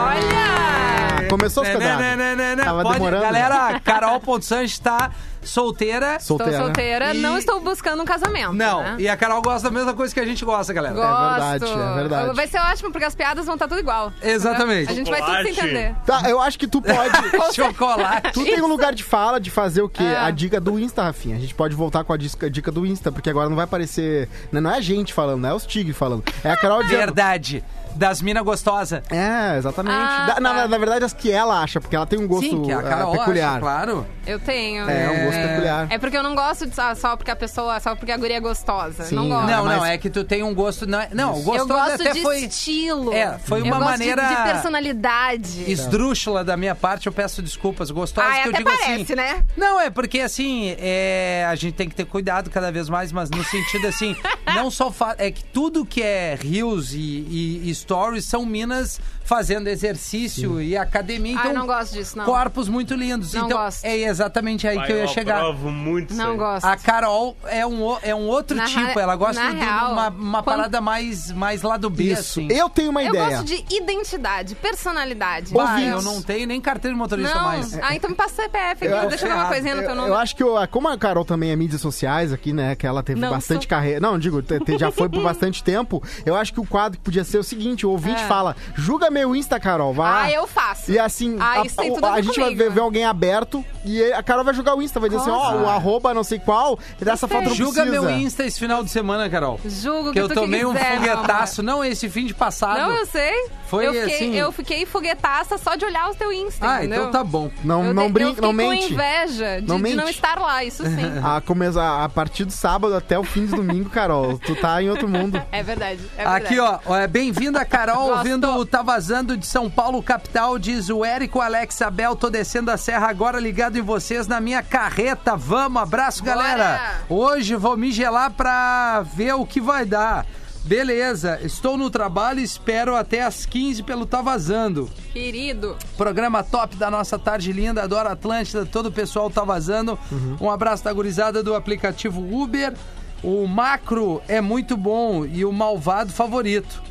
Speaker 4: Olha!
Speaker 3: Começou os
Speaker 2: Né, né,
Speaker 3: pedaços.
Speaker 2: né, né, né, né.
Speaker 3: Tava
Speaker 2: Pode,
Speaker 3: demorando.
Speaker 2: galera, Carol Ponto Sanches tá solteira.
Speaker 3: Solteira.
Speaker 4: Estou solteira,
Speaker 2: E-
Speaker 4: não estou buscando um casamento.
Speaker 2: né? Não,
Speaker 4: né?
Speaker 2: e a Carol gosta da mesma coisa que a gente gosta, galera.
Speaker 4: Gosto.
Speaker 3: verdade, é verdade.
Speaker 4: Vai ser ótimo, porque as piadas vão estar tudo igual.
Speaker 2: Exatamente.
Speaker 4: A gente vai tudo se
Speaker 5: Chocolate.
Speaker 4: entender.
Speaker 3: Tá, eu acho que tu pode.
Speaker 2: Chocolate.
Speaker 3: Tu tem um lugar de fala de fazer o quê?
Speaker 4: É.
Speaker 3: A dica do Insta, Rafinha. A gente pode voltar com a disca- dica do Insta, porque agora não vai aparecer. né, Não é a gente falando, não é os tigres falando. É a Carol dizendo.
Speaker 2: Verdade. Das mina gostosa.
Speaker 3: É, exatamente.
Speaker 4: Ah,
Speaker 3: Da- na,
Speaker 4: tá. é
Speaker 3: na verdade, as que ela acha, porque ela tem um gosto
Speaker 2: Sim, que a
Speaker 3: eh,
Speaker 2: Carol
Speaker 3: peculiar.
Speaker 2: acha, claro.
Speaker 4: Eu tenho.
Speaker 3: É, um gosto
Speaker 2: É.
Speaker 3: peculiar.
Speaker 4: É porque eu não gosto de ah, só porque a pessoa, só porque a guria é gostosa.
Speaker 3: Sim,
Speaker 4: não gosto.
Speaker 3: Cara,
Speaker 2: Não, não,
Speaker 3: mas-
Speaker 2: é que tu tem um gosto... Não, é- não o gostoso
Speaker 4: eu gosto
Speaker 2: até
Speaker 4: de
Speaker 2: foi
Speaker 4: estilo.
Speaker 2: É, foi
Speaker 4: Eu
Speaker 2: uma
Speaker 4: gosto de-
Speaker 2: maneira-
Speaker 4: De, personalidade.
Speaker 2: esdrúxula da minha parte, eu peço desculpas. Gostosa
Speaker 4: Ah,
Speaker 2: que eu
Speaker 4: até
Speaker 2: digo
Speaker 4: parece,
Speaker 2: assim...
Speaker 4: né?
Speaker 2: Não, é porque assim, é, a gente tem que ter cuidado cada vez mais, mas no sentido assim, não só fa- é que tudo que é reels e, e- e stories são minas fazendo exercício e academia,
Speaker 4: Ah,
Speaker 2: então
Speaker 4: eu não gosto disso, não.
Speaker 2: corpos muito lindos.
Speaker 4: Não
Speaker 2: então
Speaker 4: gosto.
Speaker 2: é exatamente aí
Speaker 5: Pai,
Speaker 2: que eu ia
Speaker 5: eu
Speaker 2: chegar.
Speaker 5: aprovo muito isso
Speaker 4: Não
Speaker 5: aí.
Speaker 4: gosto.
Speaker 2: A Carol é um, o- é um outro
Speaker 4: Na
Speaker 2: tipo,
Speaker 4: ra-
Speaker 2: ela gosta
Speaker 4: na
Speaker 2: de
Speaker 4: real,
Speaker 2: uma, uma
Speaker 4: quando-
Speaker 2: parada mais, mais lado B,
Speaker 3: Isso.
Speaker 2: assim.
Speaker 3: Eu tenho uma
Speaker 4: eu
Speaker 3: ideia.
Speaker 4: gosto de identidade, personalidade.
Speaker 2: Ah,
Speaker 3: Ouvintes.
Speaker 2: eu não tenho nem carteira de motorista
Speaker 4: Não.
Speaker 2: mais.
Speaker 3: É,
Speaker 4: Ah, então me passa o CPF aqui,
Speaker 3: Eu-
Speaker 4: deixa eu ver
Speaker 2: eu-
Speaker 4: uma coisinha no teu
Speaker 3: Eu,
Speaker 4: nome.
Speaker 3: eu acho que, eu- como a Carol também é mídias sociais aqui, né? Que ela teve
Speaker 4: Não
Speaker 3: bastante
Speaker 4: sou.
Speaker 3: carreira. Não, digo, te- te- já foi por bastante tempo. Eu acho que o quadro podia ser o seguinte: o ouvinte
Speaker 4: É.
Speaker 3: fala, julga meu Insta, Carol, vai lá.
Speaker 4: Ah, eu faço.
Speaker 3: E assim,
Speaker 4: Ah,
Speaker 3: a,
Speaker 4: isso tem
Speaker 3: o-
Speaker 4: tudo a
Speaker 3: a
Speaker 4: ver
Speaker 3: gente vai
Speaker 4: comigo. né?
Speaker 3: ver, ver alguém aberto e a Carol vai jogar o Insta, vai dizer assim, ó,
Speaker 2: Nossa.
Speaker 3: o arroba não sei qual, dessa foto não
Speaker 2: Julga
Speaker 3: precisa.
Speaker 2: meu Insta esse final de semana, Carol.
Speaker 4: Julgo o
Speaker 2: Que
Speaker 4: que
Speaker 2: eu
Speaker 4: tu
Speaker 2: tomei um
Speaker 4: quiser, meu amor.
Speaker 2: foguetaço. Não, esse fim de passado.
Speaker 4: Não, eu sei.
Speaker 2: Foi
Speaker 4: eu fiquei,
Speaker 2: assim-
Speaker 4: Eu fiquei foguetaça só de olhar o teu Insta,
Speaker 2: Ah,
Speaker 4: entendeu? É
Speaker 2: então tá bom.
Speaker 3: Não,
Speaker 4: Eu
Speaker 3: não
Speaker 4: de-
Speaker 3: brinca, não
Speaker 4: Eu fiquei
Speaker 3: mente.
Speaker 4: com inveja de de
Speaker 3: Não
Speaker 4: não,
Speaker 3: mente. Ah.
Speaker 4: estar lá, isso sim.
Speaker 3: A, começar, a partir do sábado até o fim de domingo, Carol, tu tá em outro mundo.
Speaker 4: É verdade, é verdade.
Speaker 2: Aqui, ó, ó, é bem-vinda, Carol,
Speaker 4: Gosto.
Speaker 2: ouvindo o Tá Vazando de São Paulo, capital, diz o Érico Alex Abel, tô descendo a serra agora, ligado em vocês na minha carreta, vamos, abraço,
Speaker 4: Bora!
Speaker 2: galera! Hoje vou me gelar pra ver o que vai dar. Beleza, estou no trabalho e espero até às 15 pelo Tá Vazando.
Speaker 4: Querido.
Speaker 2: Programa top da nossa tarde linda, adoro Atlântida, todo o pessoal tá vazando. Um abraço da gurizada do aplicativo Uber. O macro é muito bom e o malvado favorito.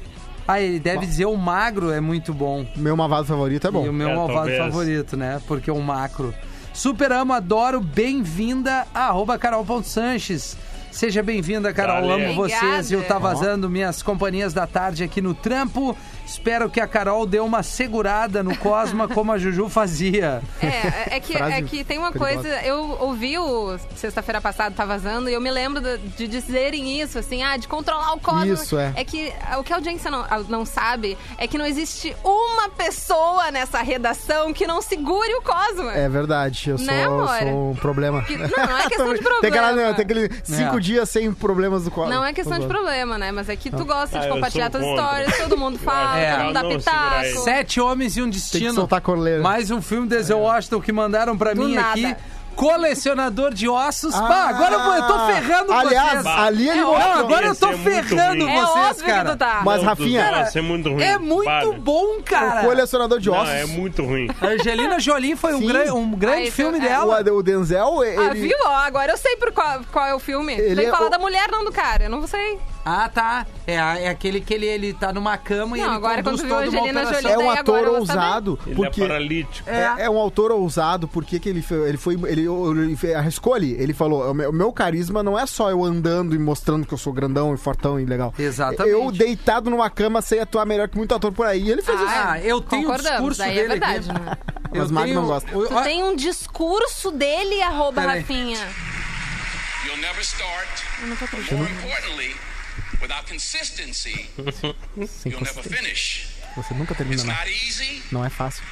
Speaker 2: Ah, ele deve dizer o magro é muito bom.
Speaker 3: Meu mavado favorito é
Speaker 2: E o
Speaker 3: bom.
Speaker 2: meu
Speaker 5: É,
Speaker 2: malvado
Speaker 5: talvez.
Speaker 2: favorito, né? Porque o macro. Super amo, adoro, bem-vinda, arroba carol.sanches. Seja bem-vinda, Carol.
Speaker 5: Valeu.
Speaker 2: Amo vocês e o Tá
Speaker 4: Obrigada.
Speaker 2: Vazando, minhas companhias da tarde aqui no Trampo. Espero que a Carol dê uma segurada no Cosma como a Juju fazia.
Speaker 4: É, é que,
Speaker 3: Frase
Speaker 4: é que tem uma
Speaker 3: perigosa.
Speaker 4: coisa. Eu ouvi o sexta-feira passada, tá vazando, e eu me lembro de, de dizerem isso, assim, ah, de controlar o código.
Speaker 3: Isso, é.
Speaker 4: É que ah, o que a audiência não, ah, não sabe é que não existe uma pessoa nessa redação que não segure o Cosma.
Speaker 3: É verdade, eu sou,
Speaker 4: Né, amor?
Speaker 3: sou um problema.
Speaker 4: Que- não, não é questão de problema.
Speaker 3: Tem, aquela, tem aquele cinco
Speaker 2: É.
Speaker 3: dias sem problemas do quadro.
Speaker 4: Não é questão de problema, né? Mas é que tu gosta
Speaker 5: Ah,
Speaker 4: de
Speaker 5: eu
Speaker 4: compartilhar
Speaker 5: sou
Speaker 4: tuas
Speaker 5: contra.
Speaker 4: histórias, todo mundo fala,
Speaker 2: É.
Speaker 4: todo mundo dá
Speaker 5: Não, segurar
Speaker 4: pitaco.
Speaker 5: isso.
Speaker 2: Sete homens e um
Speaker 3: Tem que
Speaker 2: destino.
Speaker 3: soltar a coleira.
Speaker 2: Mais um filme de The Washington que mandaram pra
Speaker 4: É. Do
Speaker 2: mim
Speaker 4: nada.
Speaker 2: aqui. Colecionador de ossos.
Speaker 3: Ah!
Speaker 2: Pá, agora eu, vou- eu tô ferrando
Speaker 3: Aliás,
Speaker 2: vocês.
Speaker 3: ali ele
Speaker 4: É
Speaker 2: Não,
Speaker 3: mostrou.
Speaker 2: agora eu tô
Speaker 5: Esse é muito
Speaker 2: ferrando
Speaker 5: ruim.
Speaker 4: É
Speaker 2: vocês,
Speaker 4: óbvio que
Speaker 2: cara.
Speaker 4: tu tá.
Speaker 3: Mas,
Speaker 5: Não,
Speaker 3: Rafinha-
Speaker 5: Dudu, Nossa, é muito ruim.
Speaker 2: É muito
Speaker 5: Para.
Speaker 2: bom, cara.
Speaker 3: Colecionador de
Speaker 5: Não,
Speaker 3: ossos.
Speaker 5: é muito ruim.
Speaker 2: Angelina Jolie foi um,
Speaker 3: Sim.
Speaker 2: gran- um grande
Speaker 4: Ah, esse
Speaker 2: filme
Speaker 4: é-
Speaker 2: dela.
Speaker 3: O, o Denzel,
Speaker 4: Ah,
Speaker 3: ele...
Speaker 4: viu? Ó, Agora eu sei por qual, qual é o filme.
Speaker 3: Ele
Speaker 4: Tem que
Speaker 3: é
Speaker 4: falar
Speaker 3: o-
Speaker 4: da mulher, não do cara. Eu não sei.
Speaker 2: Ah, tá. É, a- é aquele que ele, ele tá numa cama e
Speaker 4: Não,
Speaker 2: ele
Speaker 4: agora é
Speaker 2: conduz
Speaker 4: quando viu a
Speaker 2: toda uma
Speaker 4: Angelina
Speaker 2: operação.
Speaker 4: Jolie,
Speaker 3: É um
Speaker 4: daí agora
Speaker 3: ator
Speaker 4: ela tá bem.
Speaker 3: ousado,
Speaker 5: Ele
Speaker 3: porque...
Speaker 5: é paralítico.
Speaker 3: É, é um autor ousado, porque que ele, fe- ele foi. Ele, ele arriscou ali. Ele falou: o meu, o meu carisma não é só eu andando e mostrando que eu sou grandão e fortão e legal.
Speaker 2: Exatamente.
Speaker 3: Eu deitado numa cama sei atuar melhor que muito ator por aí. E ele fez isso.
Speaker 2: Ah, eu tenho o
Speaker 4: Concordamos,
Speaker 2: discurso
Speaker 4: daí é
Speaker 2: dele
Speaker 4: verdade,
Speaker 2: aqui.
Speaker 4: né?
Speaker 2: Eu
Speaker 3: Mas o Magno
Speaker 2: tenho-
Speaker 3: não gosta.
Speaker 2: o-
Speaker 4: Tu
Speaker 2: ó,
Speaker 4: tem um discurso dele, arroba
Speaker 2: Peraí.
Speaker 4: Rafinha.
Speaker 1: You'll never start. But more importantly, without consistency,
Speaker 3: Sem
Speaker 1: you'll never
Speaker 3: consistência.
Speaker 1: finish.
Speaker 3: Você nunca termina
Speaker 1: It's
Speaker 3: nada.
Speaker 1: not easy.
Speaker 3: Não é fácil.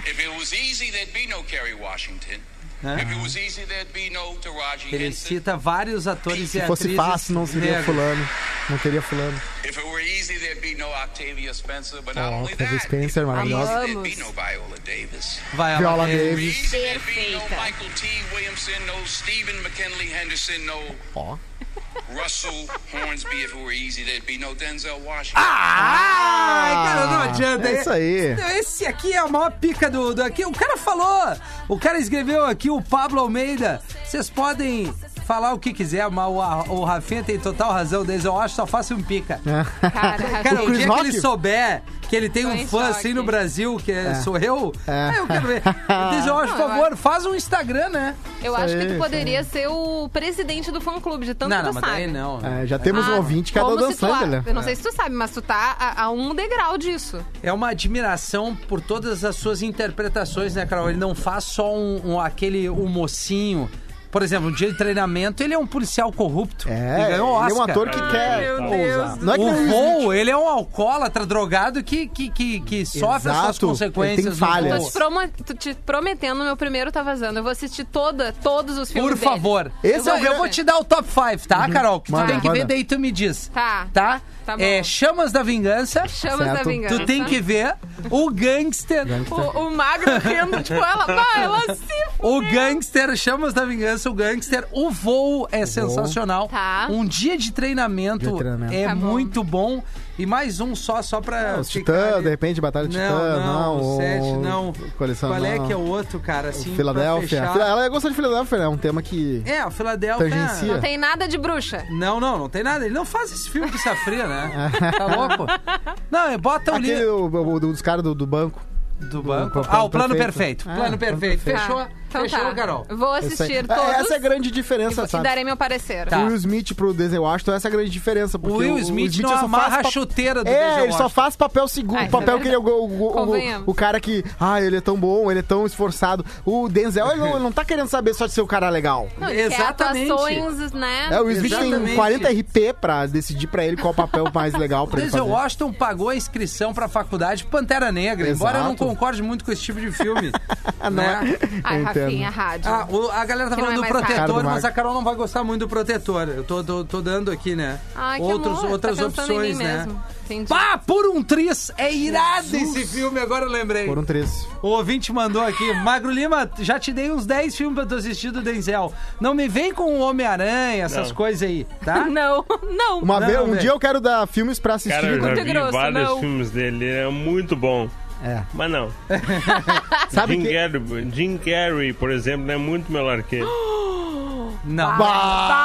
Speaker 1: If it was easy, there'd be no Kerry Washington. If it was easy, there'd be no Taraji
Speaker 2: Ele
Speaker 1: Henson.
Speaker 2: cita vários atores
Speaker 4: É
Speaker 2: e
Speaker 3: Se fosse
Speaker 2: atrizes
Speaker 3: fácil, não seria
Speaker 2: negros.
Speaker 3: fulano. Não teria fulano.
Speaker 1: If it were easy, there'd be no Octavia Spencer. But not
Speaker 3: Oh,
Speaker 1: only
Speaker 3: Octavia
Speaker 1: that,
Speaker 3: Spencer,
Speaker 5: é
Speaker 1: if it were easy,
Speaker 4: maravilhosa.
Speaker 1: there'd be no Viola Davis.
Speaker 2: Vai,
Speaker 3: Viola
Speaker 2: Alan Davis.
Speaker 3: Davis.
Speaker 1: Easy, there'd be no
Speaker 4: Perfeita.
Speaker 1: Michael T. Williamson, no Stephen McKinley Henderson, no
Speaker 3: Ó.
Speaker 1: Russell Hornsby. If it were easy, there'd be no Denzel Washington.
Speaker 2: Ai, cara, não adianta.
Speaker 3: Ah, é isso aí.
Speaker 2: Esse aqui é a maior pica do, do aqui. O cara falou. O cara escreveu aqui, o Pablo Almeida. Vocês podem falar o que quiser, mas o, a- o Rafinha tem total razão deles. Eu acho que só faço um pica.
Speaker 4: Cara,
Speaker 2: Cara,
Speaker 3: O
Speaker 2: o
Speaker 3: Chris
Speaker 2: dia que
Speaker 3: Rock?
Speaker 2: ele souber que ele tem
Speaker 4: Tô
Speaker 2: um
Speaker 4: em
Speaker 2: fã
Speaker 4: choque.
Speaker 2: assim no Brasil, que é- sou eu,
Speaker 3: É.
Speaker 2: aí eu quero ver. Desejo, por
Speaker 4: Não, eu
Speaker 2: favor, faz um Instagram, né?
Speaker 4: eu acho que
Speaker 3: aí,
Speaker 4: tu
Speaker 3: isso
Speaker 4: poderia ser o presidente do fã-clube, de tanto
Speaker 2: não,
Speaker 4: que
Speaker 2: não,
Speaker 4: tu
Speaker 2: mas
Speaker 4: Então sabe.
Speaker 2: daí não.
Speaker 3: É, já temos um
Speaker 4: Ah,
Speaker 3: ouvinte que é
Speaker 4: como se tu
Speaker 3: dançando,
Speaker 4: a-
Speaker 3: né?
Speaker 4: Eu não sei se tu sabe, mas tu tá a, a um degrau disso.
Speaker 2: É uma admiração por todas as suas interpretações, né, Carol? Ele não faz só um, um- aquele o mocinho. Por exemplo, um dia de treinamento, ele é um policial corrupto.
Speaker 3: É,
Speaker 2: ele ganhou
Speaker 3: ele é um
Speaker 2: Oscar.
Speaker 3: ator que quer
Speaker 5: meu
Speaker 3: ousar.
Speaker 2: Não é que o
Speaker 3: nem
Speaker 2: voo, ele é um alcoólatra drogado que, que, que, que sofre as suas
Speaker 3: Exato.
Speaker 2: consequências.
Speaker 3: Ele tem
Speaker 2: no voo.
Speaker 3: falhas.
Speaker 4: Tô te, promo- tô te prometendo, meu primeiro tá vazando. Eu vou assistir toda, todos os filmes
Speaker 2: Por
Speaker 4: dele.
Speaker 2: favor.
Speaker 3: Esse
Speaker 2: eu,
Speaker 3: é
Speaker 2: vou,
Speaker 3: o
Speaker 2: eu vou te dar o top 5, tá, Carol? Que tu
Speaker 3: Manda,
Speaker 2: tem que ver,
Speaker 3: manda.
Speaker 2: daí tu me diz.
Speaker 4: Tá.
Speaker 2: Tá?
Speaker 4: Tá bom.
Speaker 2: É, Chamas da Vingança.
Speaker 4: Chamas da
Speaker 3: Certo. Tu
Speaker 4: vingança.
Speaker 2: Tu tem que ver o Gangster.
Speaker 4: O, o magro rindo, tipo, ela, vai, ela se
Speaker 2: O Gangster, Chamas da Vingança, o Gangster, o voo é sensacional.
Speaker 4: Tá.
Speaker 2: Um dia de treinamento,
Speaker 3: Dia de treinamento.
Speaker 2: é
Speaker 4: Tá bom.
Speaker 2: muito bom. E mais um só, só pra.
Speaker 3: Os
Speaker 2: ficar
Speaker 3: Titãs,
Speaker 2: ali.
Speaker 3: de repente, Batalha de
Speaker 2: Não, não,
Speaker 3: Titãs, não.
Speaker 2: o sete, não.
Speaker 3: Coleção,
Speaker 2: Qual é
Speaker 3: não.
Speaker 2: que é o outro, cara? Assim, pra
Speaker 3: Filadélfia.
Speaker 2: fechar?
Speaker 3: Fila- Ela gosta de Filadélfia, né? É um tema que.
Speaker 2: É, o Filadélfia.
Speaker 3: Tangencia.
Speaker 4: Não tem nada de bruxa.
Speaker 2: Não, não, não tem nada. Ele não faz esse filme de safria, né? tá louco? Não, ele bota o
Speaker 3: Aquele
Speaker 2: livro
Speaker 3: o, o- dos caras do, do banco.
Speaker 2: do banco.
Speaker 3: do
Speaker 2: Ah, o plano perfeito.
Speaker 3: perfeito. Ah,
Speaker 2: plano
Speaker 3: plano
Speaker 2: perfeito.
Speaker 3: perfeito.
Speaker 2: Fechou?
Speaker 4: Tá. Então
Speaker 2: Fechou,
Speaker 4: tá.
Speaker 2: Carol.
Speaker 4: Vou
Speaker 3: Isso aí.
Speaker 4: assistir
Speaker 3: É,
Speaker 4: todos.
Speaker 3: Essa é a grande
Speaker 4: e
Speaker 3: diferença,
Speaker 4: vou- E
Speaker 3: sabe?
Speaker 4: darei meu parecer.
Speaker 2: Tá.
Speaker 3: O Will Smith pro Denzel Washington, essa é a grande diferença.
Speaker 2: O
Speaker 3: Porque
Speaker 2: Will Smith, não
Speaker 3: só faz
Speaker 2: amarra
Speaker 3: pa-
Speaker 2: a chuteira do Denzel
Speaker 3: É, ele só
Speaker 2: Washington.
Speaker 3: faz papel seguro.
Speaker 4: Ah, isso
Speaker 3: papel
Speaker 4: é
Speaker 3: que ele é o, o, o, o,
Speaker 4: Convenhamos.
Speaker 3: o cara que. Ah, ele é tão bom, ele é tão esforçado. O Denzel, ele não, ele não tá querendo saber só de ser o cara legal.
Speaker 4: Não, ele quer
Speaker 2: Exatamente.
Speaker 4: Atuações, né?
Speaker 3: É, o Will Smith
Speaker 2: Exatamente.
Speaker 3: tem 40 RP pra decidir pra ele qual papel mais legal pra ele
Speaker 2: Denzel
Speaker 3: fazer.
Speaker 2: Washington pagou a inscrição pra faculdade Pantera Negra, embora eu não
Speaker 3: Exato.
Speaker 2: concorde muito com esse tipo de filme.
Speaker 3: Ah, não
Speaker 2: né?
Speaker 3: é?
Speaker 4: Ai,
Speaker 3: Eu
Speaker 4: Rafinha,
Speaker 3: entendo.
Speaker 4: rádio.
Speaker 2: Ah, o- a galera tá
Speaker 4: Que não
Speaker 2: falando
Speaker 4: é
Speaker 2: do
Speaker 4: mais caro.
Speaker 3: Cara
Speaker 2: protetor,
Speaker 3: do
Speaker 2: mas
Speaker 3: Marco.
Speaker 2: a Carol não vai gostar muito do protetor. Eu tô, tô- tô dando aqui, né?
Speaker 4: Ai, que
Speaker 2: Outros,
Speaker 4: amor,
Speaker 2: outras
Speaker 4: tá pensando em mim
Speaker 2: opções, né?
Speaker 4: mesmo. Entendi.
Speaker 2: Pá, por um tris! É irado esse filme, agora eu lembrei.
Speaker 3: Foram três.
Speaker 2: O ouvinte mandou aqui, Magro Lima, já te dei uns 10 filmes pra tu assistir do Denzel. Não me vem com o Homem-Aranha, essas
Speaker 5: Não.
Speaker 2: coisas aí, tá?
Speaker 4: Ah, Não, não.
Speaker 3: Uma
Speaker 2: Não,
Speaker 3: vez,
Speaker 2: não,
Speaker 3: um
Speaker 2: velho.
Speaker 3: dia eu quero dar filmes pra assistir.
Speaker 5: Cara, eu já
Speaker 4: Muito
Speaker 5: vi
Speaker 4: grosso,
Speaker 5: vários
Speaker 4: não.
Speaker 5: filmes dele, ele é muito bom.
Speaker 3: É.
Speaker 5: Mas não.
Speaker 3: Sabe
Speaker 5: Jim,
Speaker 3: que-
Speaker 5: Carrey, Jim Carrey, por exemplo, é muito melhor que ele.
Speaker 2: Não.
Speaker 3: Bah!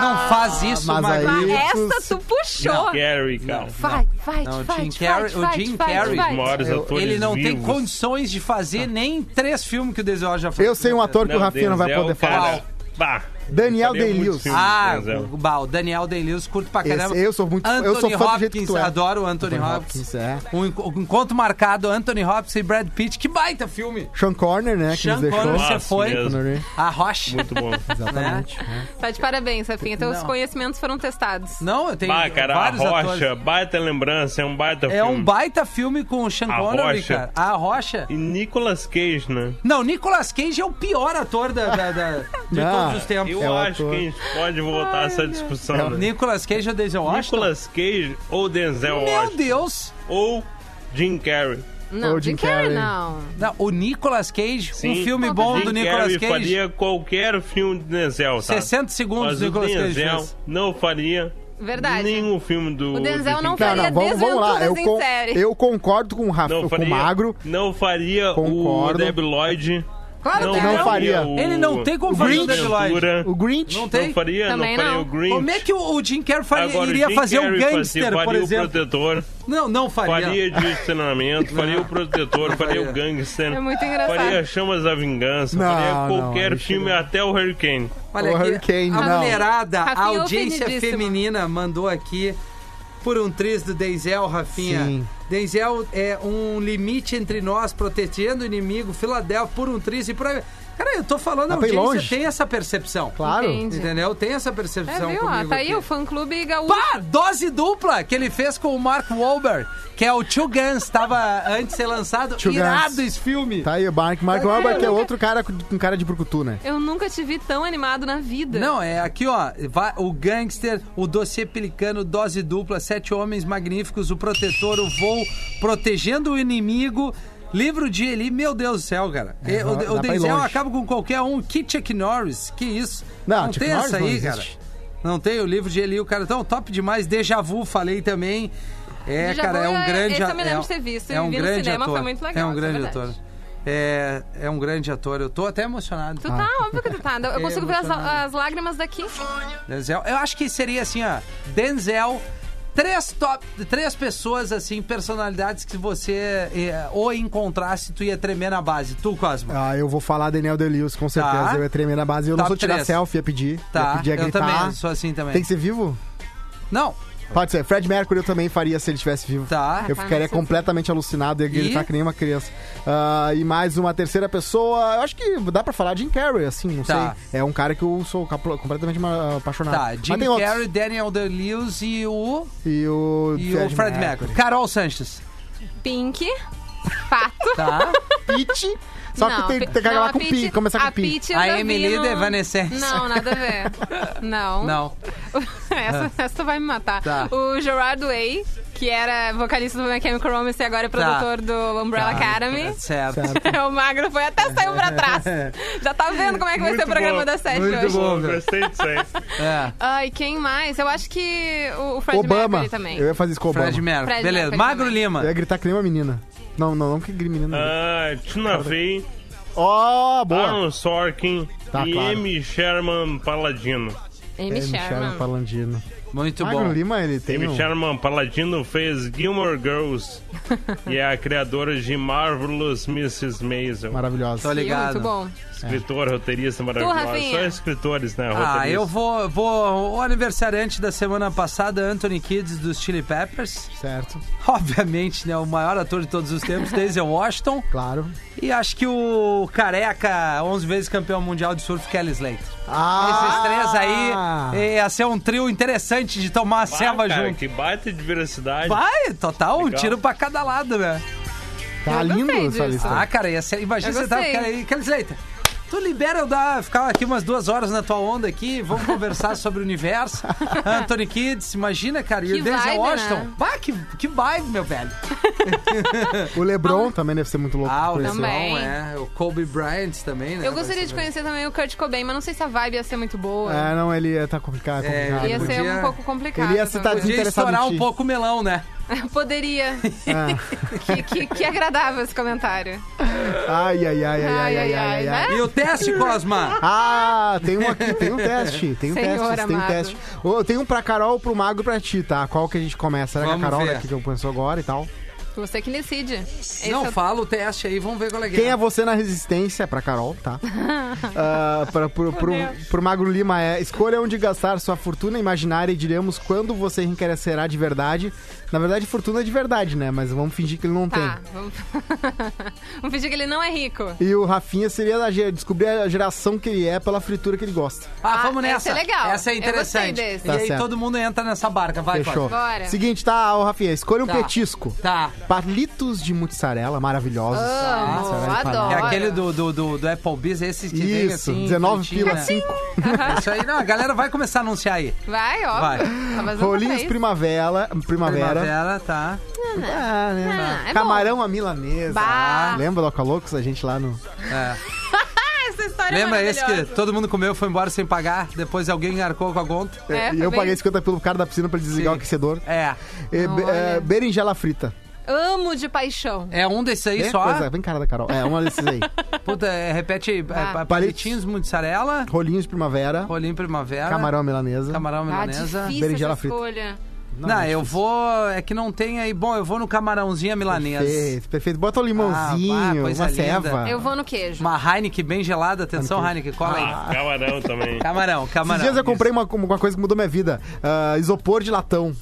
Speaker 2: Não faz isso,
Speaker 3: Mas
Speaker 2: Magro.
Speaker 3: aí-
Speaker 4: Ah,
Speaker 3: Isso,
Speaker 4: Essa tu puxou.
Speaker 5: Carrey, cara.
Speaker 4: Vai, vai,
Speaker 2: Não, o
Speaker 4: vai,
Speaker 2: Jim Carrey- o
Speaker 4: vai,
Speaker 2: Jim
Speaker 4: vai,
Speaker 2: Carrey-
Speaker 4: vai.
Speaker 5: Os maiores atores
Speaker 2: Ele não tem
Speaker 5: vivos. assim. Ah.
Speaker 2: condições de fazer nem três filmes que o Denzel já fez.
Speaker 3: Eu sei um ator que o Rafinha não vai
Speaker 5: Denzel,
Speaker 3: poder
Speaker 5: cara,
Speaker 3: falar.
Speaker 5: bah,
Speaker 3: Daniel
Speaker 5: faria muitos
Speaker 3: Day-Lewis.
Speaker 5: filmes
Speaker 2: Ah,
Speaker 5: do Denzel.
Speaker 2: o, bah, o Daniel Day-Lewis curto pra
Speaker 3: Esse-
Speaker 2: caramba.
Speaker 3: eu sou muito-
Speaker 2: Anthony
Speaker 3: eu sou fã do jeito que
Speaker 2: Hopkins,
Speaker 3: tu é.
Speaker 2: adoro o Anthony,
Speaker 3: Anthony
Speaker 2: Hopkins.
Speaker 3: Hopkins, é.
Speaker 2: Um, enco- um encontro marcado, Anthony Hopkins e Brad Pitt. Que baita filme!
Speaker 3: Sean Corner, né? Que
Speaker 2: Sean
Speaker 3: nos deixou.
Speaker 2: Connery, você
Speaker 5: Nossa,
Speaker 2: foi.
Speaker 5: mesmo.
Speaker 3: Connery.
Speaker 2: A Roche.
Speaker 5: Muito bom.
Speaker 3: Exatamente. né?
Speaker 4: Tá de parabéns, Rafinha. Teus
Speaker 2: Não.
Speaker 4: conhecimentos foram testados.
Speaker 2: Não, eu tenho
Speaker 5: Bah, cara, a
Speaker 2: vários
Speaker 5: Rocha,
Speaker 2: atores.
Speaker 5: baita lembrança, é um baita
Speaker 2: É
Speaker 5: filme.
Speaker 2: um baita filme com o Sean
Speaker 5: A
Speaker 2: Connery,
Speaker 5: Rocha.
Speaker 2: cara. A Rocha.
Speaker 5: E Nicolas Cage, né?
Speaker 2: Não, Nicolas Cage é o pior ator da, da- da- de
Speaker 3: Não,
Speaker 2: todos os tempos.
Speaker 5: Eu
Speaker 3: É o
Speaker 5: acho
Speaker 3: ator.
Speaker 5: que a gente pode voltar a essa discussão.
Speaker 3: É o
Speaker 5: né?
Speaker 2: Nicolas Cage ou Denzel Washington?
Speaker 5: Nicolas Cage ou Denzel
Speaker 2: Meu
Speaker 5: Washington?
Speaker 2: Deus!
Speaker 5: Ou Jim Carrey.
Speaker 4: Não,
Speaker 3: Ô,
Speaker 4: Jim
Speaker 3: Jim
Speaker 4: Carrey
Speaker 3: Carrey.
Speaker 4: não.
Speaker 2: Não, o Nicolas Cage, um
Speaker 5: Sim.
Speaker 2: filme
Speaker 4: Não,
Speaker 2: bom
Speaker 5: Jim
Speaker 2: do Nicolas
Speaker 5: Carrey
Speaker 2: Cage.
Speaker 5: faria qualquer filme de Denzel, tá?
Speaker 2: 60 segundos
Speaker 5: Mas
Speaker 2: do
Speaker 5: o
Speaker 2: Nicolas Cage.
Speaker 5: Denzel
Speaker 2: fez.
Speaker 5: não faria
Speaker 4: Verdade.
Speaker 5: nenhum filme do
Speaker 4: O Denzel
Speaker 5: do
Speaker 4: não
Speaker 5: Jim Carrey.
Speaker 3: Não,
Speaker 4: Faria
Speaker 2: É,
Speaker 3: não, vamos, vamos lá. Eu,
Speaker 4: desventuras em
Speaker 3: con-
Speaker 4: série.
Speaker 3: eu concordo com o Rafa,
Speaker 5: Não
Speaker 3: com
Speaker 5: faria,
Speaker 3: o Magro.
Speaker 5: Não faria o
Speaker 3: Concordo.
Speaker 5: Deb Lloyd.
Speaker 4: Claro que
Speaker 3: não
Speaker 4: não.
Speaker 3: faria.
Speaker 2: Ele não tem como fazer o
Speaker 5: Grinch.
Speaker 2: Dead Lloyd.
Speaker 5: Aventura.
Speaker 3: O Grinch.
Speaker 2: Não tem?
Speaker 5: Não faria, não
Speaker 4: Também
Speaker 5: faria
Speaker 4: não.
Speaker 5: o Grinch.
Speaker 2: Como é que o, o Jim Carrey faria,
Speaker 5: Agora,
Speaker 2: iria
Speaker 5: Jim
Speaker 2: fazer o
Speaker 5: Carrey
Speaker 2: gangster,
Speaker 5: fazia-
Speaker 2: por
Speaker 5: faria
Speaker 2: exemplo?
Speaker 5: O protetor,
Speaker 2: Não, não faria.
Speaker 5: faria de estacionamento, faria o protetor, faria o gangster.
Speaker 4: É muito engraçado.
Speaker 5: Faria Chamas da Vingança,
Speaker 3: Não,
Speaker 5: faria
Speaker 3: não,
Speaker 5: qualquer
Speaker 3: aí
Speaker 5: filme,
Speaker 3: chega.
Speaker 5: até o Hurricane.
Speaker 4: é
Speaker 2: Olha
Speaker 3: O
Speaker 2: aqui,
Speaker 3: Hurricane,
Speaker 2: a
Speaker 3: não.
Speaker 2: mulherada, a
Speaker 4: Rafinha é
Speaker 2: audiência
Speaker 4: ofendidíssima.
Speaker 2: feminina mandou aqui por um triz do Denzel, Rafinha.
Speaker 3: Sim.
Speaker 2: Denzel é um limite entre nós, protegendo o inimigo, Filadélfia por um triz e por aí. Cara, eu tô falando, a
Speaker 3: Ah, foi
Speaker 2: audiência
Speaker 3: longe.
Speaker 2: tem essa percepção.
Speaker 3: Claro.
Speaker 4: Entendi.
Speaker 2: Entendeu? Tem essa
Speaker 4: É,
Speaker 2: percepção
Speaker 4: viu?
Speaker 2: comigo
Speaker 4: Ó, tá aí
Speaker 2: aqui.
Speaker 4: o fã-clube gaúcho.
Speaker 2: Pá, dose dupla que ele fez com o Mark Wahlberg, que é o Two Guns, tava antes de ser lançado.
Speaker 3: Two Guns.
Speaker 2: Irado esse filme.
Speaker 3: Tá aí, o Mark, Mark
Speaker 4: Tá aí,
Speaker 3: Wahlberg, que é
Speaker 4: nunca-
Speaker 3: outro cara com com cara de brucutu, né?
Speaker 4: Eu nunca te vi tão animado na vida.
Speaker 2: Não, é aqui, ó. vai- o Gangster, o Dossiê Pelicano, Dose Dupla, Sete Homens Magníficos, O Protetor, O Voo, Protegendo o Inimigo. Livro de Eli, meu Deus do céu, cara. E-
Speaker 3: dá-
Speaker 2: o o
Speaker 3: dá pra ir
Speaker 2: Denzel
Speaker 3: longe.
Speaker 2: acaba com qualquer um. Que Chuck Norris, que isso.
Speaker 3: Não, Chuck
Speaker 2: tem
Speaker 3: Norris
Speaker 2: essa aí,
Speaker 3: não
Speaker 2: cara.
Speaker 3: existe.
Speaker 2: Não tem o livro de Eli, o cara é tão top demais. Deja Vu, falei também. É,
Speaker 4: Déjà
Speaker 2: cara,
Speaker 4: Vu
Speaker 2: é um
Speaker 4: é-
Speaker 2: grande
Speaker 4: esse eu me
Speaker 2: a-
Speaker 4: lembro
Speaker 2: um-
Speaker 4: de ter visto,
Speaker 2: É
Speaker 4: eu
Speaker 2: um
Speaker 4: vi no
Speaker 2: grande
Speaker 4: cinema,
Speaker 2: ator.
Speaker 4: foi muito legal,
Speaker 2: É um
Speaker 4: isso é
Speaker 2: grande
Speaker 4: verdade.
Speaker 2: ator. É, é um grande ator. Eu tô até emocionado.
Speaker 4: Tu tá, óbvio que tu tá. Eu consigo ver as,
Speaker 2: emocionado.
Speaker 4: as lágrimas daqui.
Speaker 2: Denzel. Eu acho que seria assim, ó. Denzel, três top, três pessoas assim, personalidades que você eh, ou encontrasse, tu ia tremer na base. Tu, Cosmo.
Speaker 3: Ah, eu vou falar Daniel Delius, com certeza. Eu ia tremer na base. Eu não
Speaker 2: Tá. Top
Speaker 3: sou tirar
Speaker 2: três.
Speaker 3: selfie, ia pedir.
Speaker 2: Tá,
Speaker 3: ia pedir, ia
Speaker 2: eu
Speaker 3: gritar.
Speaker 2: também sou assim também.
Speaker 3: Tem que ser vivo?
Speaker 2: Não,
Speaker 3: Pode ser. Fred Mercury eu também faria se ele estivesse vivo.
Speaker 2: tá.
Speaker 3: Eu
Speaker 4: tá,
Speaker 3: ficaria
Speaker 4: não sei.
Speaker 3: completamente alucinado e gritar
Speaker 2: E?
Speaker 3: que nem uma criança. Ah, e mais uma terceira pessoa, eu acho que dá pra falar Jim Carrey, assim, não
Speaker 2: Tá.
Speaker 3: sei. É um cara que eu sou capo- completamente ma- apaixonado.
Speaker 2: Tá, Jim
Speaker 3: Mas tem outros.
Speaker 2: Carrey, Daniel Day-Lewis e o,
Speaker 3: E o
Speaker 2: e o Fred Mercury. Carol Sanches.
Speaker 4: Pink, fato.
Speaker 2: Tá?
Speaker 3: Pitty, só
Speaker 4: Não,
Speaker 3: que tem,
Speaker 4: Pi-
Speaker 3: tem que acabar
Speaker 4: não,
Speaker 3: com
Speaker 4: a
Speaker 3: P,
Speaker 4: Pitty-
Speaker 3: começar com
Speaker 4: a
Speaker 3: P.
Speaker 4: Pitty
Speaker 2: A
Speaker 4: eu já vi
Speaker 2: Emily
Speaker 4: no-
Speaker 2: da Evanescence.
Speaker 4: Não, nada a ver. Não.
Speaker 2: Não.
Speaker 4: essa, essa tu vai me matar.
Speaker 2: Tá.
Speaker 4: O Gerard Way, que era vocalista do My Chemical Romance e agora é produtor do Umbrella Academy.
Speaker 2: Certo.
Speaker 4: o magro foi até saiu pra trás. Já tá vendo como é que vai
Speaker 5: Muito
Speaker 4: ser o programa
Speaker 5: bom,
Speaker 4: da sete
Speaker 2: muito
Speaker 4: hoje.
Speaker 2: bom.
Speaker 5: Eu Gostei disso aí.
Speaker 2: É.
Speaker 4: Ai, quem mais? Eu acho que o o Fred
Speaker 3: Obama.
Speaker 4: Mercury também.
Speaker 3: Eu ia fazer isso com o Obama. É.
Speaker 2: Fred Mercury.
Speaker 4: Fred
Speaker 2: Beleza.
Speaker 4: Mercury
Speaker 2: Magro
Speaker 4: também.
Speaker 2: Lima.
Speaker 3: Eu ia gritar que nem uma menina. Não, não, não que gri- menina.
Speaker 5: Ah, Tina Fey,
Speaker 3: Ó, boa.
Speaker 5: Aaron Sorkin
Speaker 3: Tá,
Speaker 5: e
Speaker 3: claro.
Speaker 5: M. Sherman Paladino.
Speaker 4: Amy Sherman.
Speaker 3: É, Palandino.
Speaker 2: Muito
Speaker 3: Magro
Speaker 2: bom.
Speaker 3: Lima, ele tem
Speaker 5: Amy
Speaker 3: um...
Speaker 5: Sherman Paladino fez Gilmore Girls e é a criadora de Marvelous Mrs. Maisel.
Speaker 3: Maravilhosa.
Speaker 2: Tô ligado.
Speaker 4: Muito bom.
Speaker 5: Escritora, roteirista maravilhosa.
Speaker 4: Rafinha?
Speaker 5: Só escritores, né?
Speaker 2: Ah,
Speaker 5: roteiristas.
Speaker 2: eu vou, vou. O aniversariante da semana passada, Anthony Kids dos Chili Peppers.
Speaker 3: Certo,
Speaker 2: Obviamente, né? O maior ator de todos os tempos, Denzel Washington.
Speaker 3: claro.
Speaker 2: E acho que o careca, 11 vezes campeão mundial de surf, Kelly Slater.
Speaker 3: Ah!
Speaker 2: Esses três aí ia ser um trio interessante de tomar a
Speaker 5: Bah,
Speaker 2: ceva
Speaker 5: cara,
Speaker 2: junto.
Speaker 5: Que baita diversidade.
Speaker 2: Vai, total, um
Speaker 5: Legal.
Speaker 2: tiro pra cada lado, né?
Speaker 3: Tá
Speaker 4: Eu
Speaker 3: lindo
Speaker 4: gostei
Speaker 3: essa
Speaker 4: disso.
Speaker 3: lista.
Speaker 2: Ah, cara, ia ser, imagina
Speaker 4: Eu
Speaker 2: você tá
Speaker 4: gostei.
Speaker 2: Kelly, Kelly Slater. Tu libera eu dar, ficar aqui umas duas horas na tua onda aqui, vamos conversar sobre o universo. Anthony Kids, imagina, cara, e
Speaker 4: Que
Speaker 2: o Denzel
Speaker 4: vibe,
Speaker 2: Washington.
Speaker 4: né?
Speaker 2: Pá, que, que vibe, meu velho.
Speaker 3: O Lebron também deve ser muito louco.
Speaker 2: Ah, o
Speaker 3: por esse
Speaker 2: Lebron,
Speaker 4: Também.
Speaker 2: é. O Kobe Bryant também, né?
Speaker 4: Eu gostaria de conhecer também o Kurt Cobain, mas não sei se a vibe ia ser muito boa.
Speaker 3: É, não, ele ia tá complicado.
Speaker 2: É,
Speaker 3: complicado.
Speaker 4: Ia ser
Speaker 2: podia-
Speaker 4: um pouco complicado.
Speaker 3: Ele ia citar
Speaker 4: talvez.
Speaker 2: Podia
Speaker 3: Interessado em
Speaker 2: estourar
Speaker 3: ti.
Speaker 2: um pouco o melão, né?
Speaker 4: Poderia.
Speaker 3: É.
Speaker 4: que, que, que agradável esse comentário.
Speaker 3: Ai, ai, ai, ai, ai, ai, ai, ai.
Speaker 4: né?
Speaker 2: E o teste, Cosma?
Speaker 3: Ah, tem um aqui, tem um teste, tem um
Speaker 4: Senhor
Speaker 3: teste, tem um
Speaker 4: amado.
Speaker 3: teste. Ô, tem um pra Carol, pro Mago e pra ti, tá? Qual que a gente começa? Será que é
Speaker 2: Vamos
Speaker 3: a Carol
Speaker 2: ver.
Speaker 3: daqui que eu pensou agora e tal?
Speaker 4: Você que decide. Esse
Speaker 2: Não,
Speaker 4: é o-
Speaker 2: fala o teste aí, vamos ver qual é que
Speaker 3: Quem é você na resistência? Pra Carol, tá? Ah, pra, pro, pro, pro Magro Lima é escolha onde gastar sua fortuna imaginária e diremos quando você enriquecerá de verdade. Na verdade, fortuna é de verdade, né? Mas vamos fingir que ele não
Speaker 4: Tá,
Speaker 3: tem.
Speaker 4: vamos... vamos fingir que ele não é rico.
Speaker 3: E o Rafinha seria da ge- descobrir a geração que ele é pela fritura que ele gosta.
Speaker 2: Ah,
Speaker 4: Ah,
Speaker 2: vamos nessa.
Speaker 4: essa é legal.
Speaker 2: Essa é
Speaker 4: Eu gostei
Speaker 2: interessante.
Speaker 4: desse.
Speaker 2: E
Speaker 3: Tá
Speaker 2: aí
Speaker 3: certo.
Speaker 2: todo mundo entra nessa barca, vai,
Speaker 3: Fechou.
Speaker 2: Cosma.
Speaker 4: Bora.
Speaker 3: Seguinte, tá, ô Rafinha, escolha um
Speaker 2: Tá.
Speaker 3: petisco.
Speaker 2: Tá.
Speaker 3: Palitos de mussarela maravilhosos.
Speaker 4: Amo,
Speaker 3: Mussarela empanada.
Speaker 4: adoro.
Speaker 2: É aquele do, do, do, do Applebee's, esses que vem
Speaker 3: Isso,
Speaker 2: assim...
Speaker 3: 19
Speaker 2: fritinho,
Speaker 3: pila
Speaker 2: né?
Speaker 3: 5.
Speaker 2: Isso aí, não, a galera vai começar a anunciar aí.
Speaker 4: Vai, ó.
Speaker 2: Vai.
Speaker 4: Tá vazando
Speaker 3: Rolinhos
Speaker 4: pra isso.
Speaker 3: primavera, primavera.
Speaker 2: Primavera, tá.
Speaker 3: Ah, né?
Speaker 4: Ah, é bom.
Speaker 3: Camarão à milanesa.
Speaker 4: Bah.
Speaker 3: Lembra do Alcalocos? A gente lá no...
Speaker 2: É.
Speaker 4: Ah, essa história é
Speaker 2: Lembra esse que
Speaker 4: maravilhosa.
Speaker 2: todo mundo comeu, foi embora sem pagar, depois alguém arcou com a conta?
Speaker 4: É,
Speaker 3: e
Speaker 4: foi bem-
Speaker 3: eu paguei 50 pelo cara da piscina pra ele desligar
Speaker 2: Sim.
Speaker 3: o aquecedor.
Speaker 2: É.
Speaker 3: E, be-
Speaker 4: Olha.
Speaker 3: é, berinjela frita.
Speaker 4: Amo de paixão.
Speaker 2: É um desses aí
Speaker 3: Bem
Speaker 2: só?
Speaker 3: coisa- bem cara da Carol. É, uma desses aí.
Speaker 2: Puta, é, repete.
Speaker 4: Vai.
Speaker 2: É, palitinhos, mussarela,
Speaker 3: Rolinhos de primavera,
Speaker 2: rolinho primavera,
Speaker 3: camarão à milanesa.
Speaker 2: camarão
Speaker 4: Ah,
Speaker 2: milanesa.
Speaker 4: difícil
Speaker 3: berinjela
Speaker 4: essa
Speaker 3: frita.
Speaker 4: escolha.
Speaker 2: Não,
Speaker 3: é
Speaker 2: eu
Speaker 3: difícil.
Speaker 2: vou. É que não tem aí. Bom, eu vou no camarãozinho milanês.
Speaker 3: Perfeito, perfeito. Bota um limãozinho,
Speaker 2: Ah, ah, coisa
Speaker 3: uma
Speaker 2: linda.
Speaker 3: ceva.
Speaker 4: Eu vou no queijo.
Speaker 2: Uma Heineken bem gelada. Atenção, Heineken, cola aí.
Speaker 5: Ah, camarão também.
Speaker 2: Camarão, camarão.
Speaker 3: Esses dias eu
Speaker 2: isso.
Speaker 3: comprei uma, uma coisa que mudou minha vida. Ah, isopor de latão.